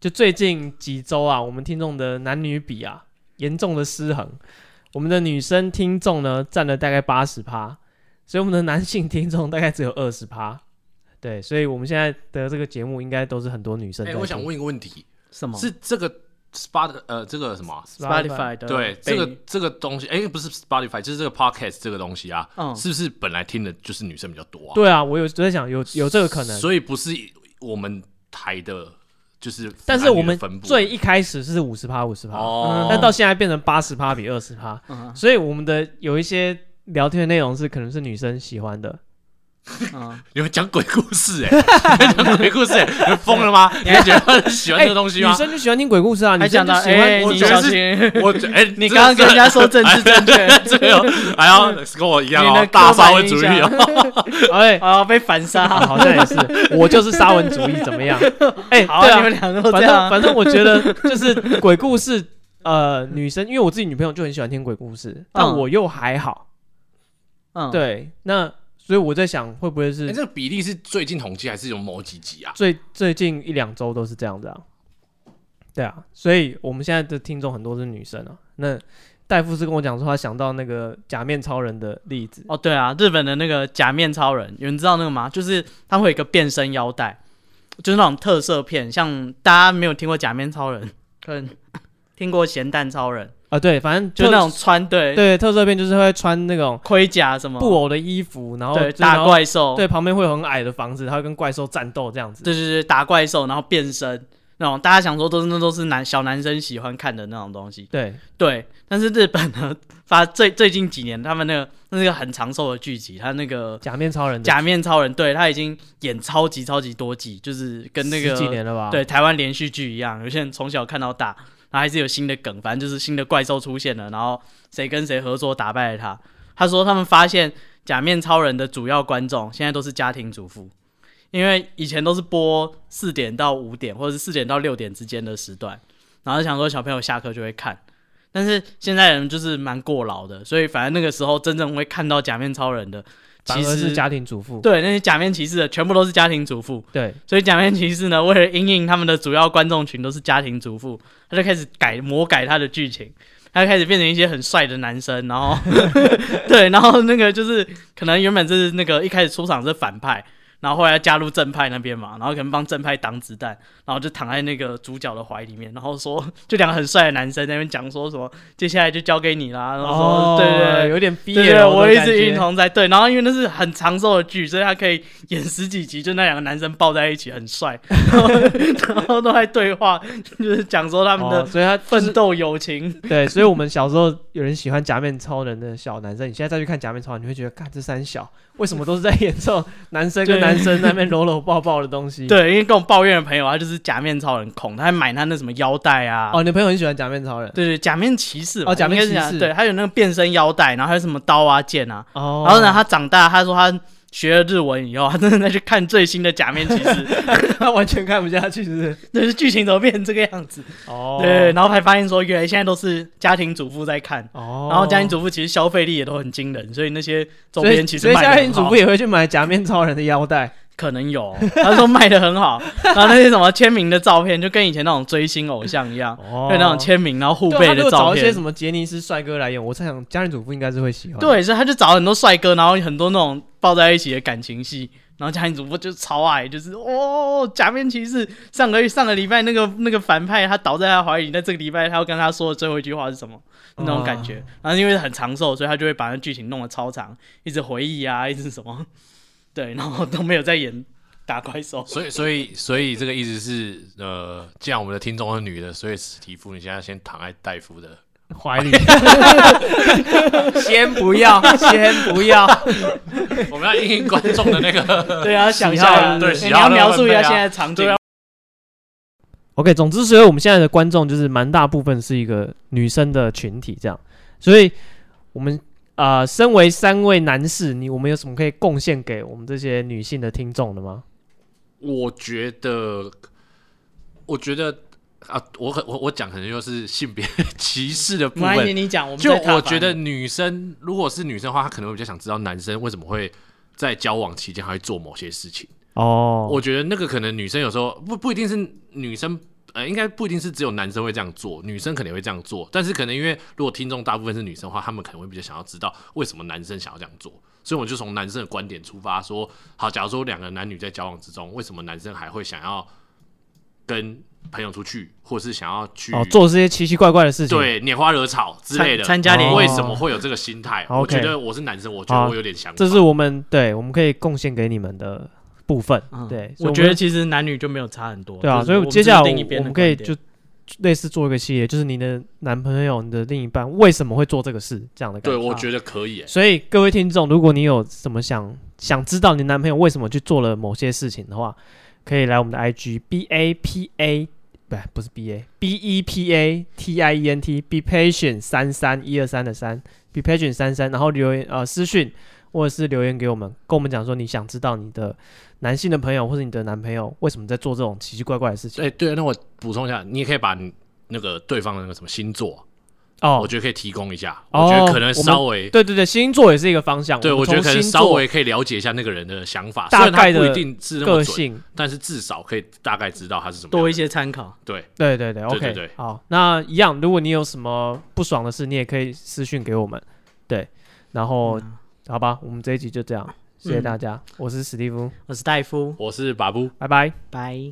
Speaker 1: 就最近几周啊，我们听众的男女比啊严重的失衡，我们的女生听众呢占了大概八十趴，所以我们的男性听众大概只有二十趴。对，所以我们现在的这个节目应该都是很多女
Speaker 3: <laughs>
Speaker 1: 生在
Speaker 3: 哎，
Speaker 1: 听。
Speaker 3: 我想问一个问题，
Speaker 2: 什
Speaker 1: 嗯
Speaker 2: 么
Speaker 3: 是这个 spot 呃这个什么啊？
Speaker 2: Spotify 的
Speaker 3: 对，
Speaker 2: 被
Speaker 3: 这
Speaker 1: 呃
Speaker 3: 个这个东西，哎，不是 Spotify，就是这个 podcast 这个东西啊，
Speaker 2: 嗯
Speaker 3: 是不是本来听的就是女生比较多啊？
Speaker 1: 对啊，我有在想有有这个可能，
Speaker 3: 所以不是我们台的，就是
Speaker 1: 但是我们
Speaker 3: 男女的分布
Speaker 1: 最一开始是五十趴五十趴，
Speaker 3: 哦，
Speaker 1: 但到现在变成八十趴比二十趴，
Speaker 2: 嗯
Speaker 1: 所以我们的有一些聊天的内容是可能是女生喜欢的，
Speaker 2: <laughs> 嗯，
Speaker 3: 你们讲鬼故事哎、 <laughs> 欸，讲鬼故事哎、你们疯
Speaker 1: <laughs>
Speaker 3: 了吗？你们觉得喜欢这个东西
Speaker 1: 哎女
Speaker 3: 吗？
Speaker 1: 生就喜欢听鬼故事啊，女
Speaker 2: 还
Speaker 1: 生
Speaker 2: 讲
Speaker 1: 就
Speaker 2: 到
Speaker 1: 喜欢
Speaker 2: 哎，
Speaker 1: 我
Speaker 2: 你
Speaker 1: 觉
Speaker 3: 觉
Speaker 1: 得
Speaker 2: 小
Speaker 3: 得是
Speaker 2: 心，
Speaker 3: <laughs> 我觉哎、
Speaker 2: <laughs> 你刚刚跟人
Speaker 3: <laughs>
Speaker 2: 家说政治正 <laughs> 确，
Speaker 3: 这个有还要跟我一样
Speaker 2: 你
Speaker 3: 哦
Speaker 2: 的，刻
Speaker 3: 大
Speaker 2: 板
Speaker 3: 沙文主义
Speaker 2: 印象
Speaker 3: 哦，
Speaker 2: <laughs>
Speaker 1: 哎，
Speaker 2: 啊，被反 <laughs> 杀。
Speaker 1: 好像也是，我就是沙文主义怎么
Speaker 2: <laughs>
Speaker 1: 样？哎，
Speaker 2: 好
Speaker 1: 对啊
Speaker 2: 啊，你们两个都
Speaker 1: 反
Speaker 2: 这
Speaker 1: 正
Speaker 2: 样啊。
Speaker 1: 反正我觉得就是鬼故事，呃，女生因为我自己女朋友就很喜欢听鬼故事，但
Speaker 2: 嗯
Speaker 1: 我又还好，
Speaker 2: 嗯，
Speaker 1: 对，那所以我在想会不会
Speaker 3: 哎、
Speaker 1: 是
Speaker 3: 这个比例是最近统计还是有某几集啊？
Speaker 1: 最最近一两周都是这样子啊。对啊，所以我们现在的听众很多是女生啊。那戴夫是跟我讲说，他想到那个假面超人的例子，
Speaker 2: 哦，对啊，日本的那个假面超人，有人知道那个吗？就是他会有一个变身腰带，就是那种特色片，像大家没有听过假面超人，可能听过咸蛋超人，
Speaker 1: 啊，对，反正
Speaker 2: 就
Speaker 1: 特
Speaker 2: 那种穿对
Speaker 1: 对特色片就是会穿那种
Speaker 2: 盔甲什么，
Speaker 1: 布偶的衣服，然后
Speaker 2: 对
Speaker 1: 就是然
Speaker 2: 打
Speaker 1: 后
Speaker 2: 怪兽，
Speaker 1: 对旁边会有很矮的房子，他会跟怪兽战斗这样子。
Speaker 2: 对对对，打怪兽，然后变身那种，大家想说都是那都是男小男生喜欢看的那种东西。
Speaker 1: 对，
Speaker 2: 对，但是日本呢，发最最近几年他们那个那是个很长寿的剧集，他那个
Speaker 1: 假面超人的
Speaker 2: 假面超人，对他已经演超级超级多季，就是跟那个
Speaker 1: 十几年了吧？
Speaker 2: 对台湾连续剧一样，有些人从小看到大，然后还是有新的梗，反正就是新的怪兽出现了，然后谁跟谁合作打败了他。他说他们发现假面超人的主要观众现在都是家庭主妇，因为以前都是播四点到五点或者是四点到六点之间的时段，然后想说小朋友下课就会看。但是现在人就是蛮过劳的，所以反正那个时候真正会看到假面超人的，
Speaker 1: 反
Speaker 2: 其
Speaker 1: 而
Speaker 2: 实
Speaker 1: 是家庭主妇。
Speaker 2: 对那些假面骑士的全部都是家庭主妇，
Speaker 1: 对，
Speaker 2: 所以假面骑士呢，为了因应他们的主要观众群都是家庭主妇，他就开始改魔改他的剧情，他开始变成一些很帅的男生，然后 <laughs> 对，然后那个就是可能原本是那个一开始出场是反派，然后后来加入正派那边嘛，然后可能帮正派挡子弹，然后就躺在那个主角的怀里面，然后说就两个很帅的男生在那边讲说什么，接下来就交给你啦，然后说、对对对，
Speaker 1: 哦有点逼
Speaker 2: 对对，
Speaker 1: 人。
Speaker 2: 我一直
Speaker 1: 晕
Speaker 2: 晕。同在对，然后因为那是很长寿的剧，所以他可以演十几集，就那两个男生抱在一起，很
Speaker 1: <laughs>
Speaker 2: 帅，然后然后都在对话，就是讲说他们
Speaker 1: 哦，
Speaker 2: 的
Speaker 1: 所以他
Speaker 2: 奋斗友情。 <laughs>
Speaker 1: 对，所以我们小时候有人喜欢假面超人的小男生，你现在再去看假面超人，你会觉得，看这三小为什么都是在演这种男生跟
Speaker 2: 对
Speaker 1: 男生在那边搂搂抱抱的东西？，
Speaker 2: <laughs> 对，因为跟我抱怨的朋友，他就是假面超人控，他还买他那什么腰带啊，
Speaker 1: 哦，你朋友很喜欢假面超人，
Speaker 2: 对对，假面骑士吧
Speaker 1: 哦假面
Speaker 2: 应该是这样啊
Speaker 1: 骑士
Speaker 2: 对，他有那个变身腰带，然后还有什么刀啊剑啊，
Speaker 1: 哦，
Speaker 2: 然后呢，他长大，他说他。学了日文以后，他真的再去看最新的《假面骑士》，
Speaker 1: <laughs> 他完全看不下去，是不是？
Speaker 2: 就是剧情怎么变成这个样子？
Speaker 1: 哦，
Speaker 2: 对，，然后还发现说，原来现在都是家庭主妇在看，
Speaker 1: 哦，
Speaker 2: 然后家庭主妇其实消费力也都很惊人，所以那些周
Speaker 1: 所以
Speaker 2: 边其
Speaker 1: 所
Speaker 2: 实
Speaker 1: 以
Speaker 2: 卖
Speaker 1: 家
Speaker 2: 得
Speaker 1: 庭
Speaker 2: 很
Speaker 1: 主
Speaker 2: 好
Speaker 1: 妇也会去买假面超人的腰带，
Speaker 2: 可能有，他说卖的很好，然后那些什么签名的照片，就跟以前那种追星偶像一样，
Speaker 1: 哦
Speaker 2: 对那种签名然后互
Speaker 1: 对他
Speaker 2: 背
Speaker 1: 如
Speaker 2: 的
Speaker 1: 果
Speaker 2: 照
Speaker 1: 找一些
Speaker 2: 片
Speaker 1: 什。么杰尼斯帅哥来演，我在想家庭主妇应该是会喜欢。，
Speaker 2: 对，所以他就找很多帅哥，然后很多那种抱在一起的感情戏，然后家庭主妇就超爱，就是哦，假面骑士上个月上个礼拜那个那个反派他倒在他怀里，那这个礼拜他要跟他说的最后一句话是什么那种感觉。然后因为很长寿，所以他就会把那剧情弄得超长，一直回忆啊，一直什么，对，然后都没有在演打怪兽。
Speaker 3: 所以，所以，所以这个意思是，呃，既然我们的听众是女的，所以史蒂夫，你现在先躺在戴夫的
Speaker 2: <laughs>
Speaker 3: 怀里，
Speaker 1: 先不要，先不要。
Speaker 3: <laughs> 我们要应应观众的那个。
Speaker 2: 对啊，想一
Speaker 3: 喜好
Speaker 2: 下，
Speaker 3: 的对
Speaker 2: 你
Speaker 3: 喜
Speaker 2: 要
Speaker 3: 好的
Speaker 2: 描述一
Speaker 3: 分
Speaker 2: 下
Speaker 3: 配啊
Speaker 2: 现在的场景
Speaker 3: 对啊
Speaker 1: OK，总之，所以我们现在的观众就是蛮大部分是一个女生的群体，这样，所以我们啊、呃身为三位男士，你我们有什么可以贡献给我们这些女性的听众的吗？
Speaker 3: <laughs> 我觉得，我觉得啊，我可我我讲可能又是性别歧视的部
Speaker 2: 没关系，
Speaker 3: 分。
Speaker 2: 你讲，我们
Speaker 3: 就
Speaker 2: 再踏
Speaker 3: 我
Speaker 2: 伐
Speaker 3: 觉得
Speaker 2: 你
Speaker 3: 女生如果是女生的话，她可能会比较想知道男生为什么会在交往期间还会做某些事情。
Speaker 1: 哦，
Speaker 3: 我觉得那个可能女生有时候不不一定是女生，呃，应该不一定是只有男生会这样做，女生可能也会这样做。但是可能因为如果听众大部分是女生的话，他们可能会比较想要知道为什么男生想要这样做。所以我就从男生的观点出发说，好，假如说两个男女在交往之中，为什么男生还会想要跟朋友出去，或是想要去
Speaker 1: 哦，做这些奇奇怪怪的事情，，
Speaker 3: 对拈花惹草之类的？
Speaker 2: 参参加联
Speaker 1: 谊
Speaker 3: 为什么会有这个心态？
Speaker 1: 哦
Speaker 3: 我觉
Speaker 1: OK
Speaker 3: 得我是男生，我觉得
Speaker 1: 好
Speaker 3: 我有点想法，
Speaker 1: 这是我们对我们可以贡献给你们的部分。
Speaker 2: 嗯
Speaker 1: 对，所以
Speaker 2: 我
Speaker 1: 们
Speaker 2: 觉得其实男女就没有差很多。
Speaker 1: 对啊，
Speaker 2: 就是
Speaker 1: 所以
Speaker 2: 我们
Speaker 1: 接下来
Speaker 2: 就是另一边
Speaker 1: 我
Speaker 2: 的
Speaker 1: 们可以
Speaker 2: 观
Speaker 1: 就
Speaker 2: 点
Speaker 1: 类似做一个系列，就是你的男朋友、你的另一半为什么会做这个事这样的感
Speaker 3: 对
Speaker 1: 觉。啊
Speaker 3: 我觉得可以、欸。
Speaker 1: 所以各位听众，如果你有什么想想知道你男朋友为什么去做了某些事情的话，可以来我们的 IG B A P A 不不是 B A B E P A T I E N T Be Patient 三三一二三的三 Be Patient 三三，然后留言呃私讯或者是留言给我们，跟我们讲说你想知道你的男性的朋友或者你的男朋友为什么在做这种奇奇怪怪的事情
Speaker 3: 哎、对，那我补充一下，你也可以把你那个对方的那个什么星座，
Speaker 1: 哦
Speaker 3: 我。觉得可以提供一下。
Speaker 1: 哦
Speaker 3: 我觉得可能
Speaker 1: 我们
Speaker 3: 稍微，
Speaker 1: 对对对，星座也是一个方向。
Speaker 3: 对
Speaker 1: 们
Speaker 3: 我觉得
Speaker 1: 从
Speaker 3: 可能
Speaker 1: 星
Speaker 3: 稍
Speaker 1: 座
Speaker 3: 微可以了解一下那个人的想法，
Speaker 1: 大
Speaker 3: 虽然他
Speaker 1: 概的
Speaker 3: 不一定是那么
Speaker 1: 个
Speaker 3: 准，
Speaker 1: 性，
Speaker 3: 但是至少可以大概知道他是什么样的
Speaker 2: 多一。些参考。
Speaker 3: 对，
Speaker 1: 对对对，OK，
Speaker 3: 对对
Speaker 1: 好，那一样，如果你有什么不爽的事，你也可以私讯给我们，对，然后、
Speaker 2: 嗯
Speaker 1: 好吧，我们这一集就这样，谢谢
Speaker 2: 嗯
Speaker 1: 大家，我是史蒂夫，
Speaker 2: 我是戴夫，
Speaker 3: 我是把布。
Speaker 1: 拜拜。
Speaker 2: 拜。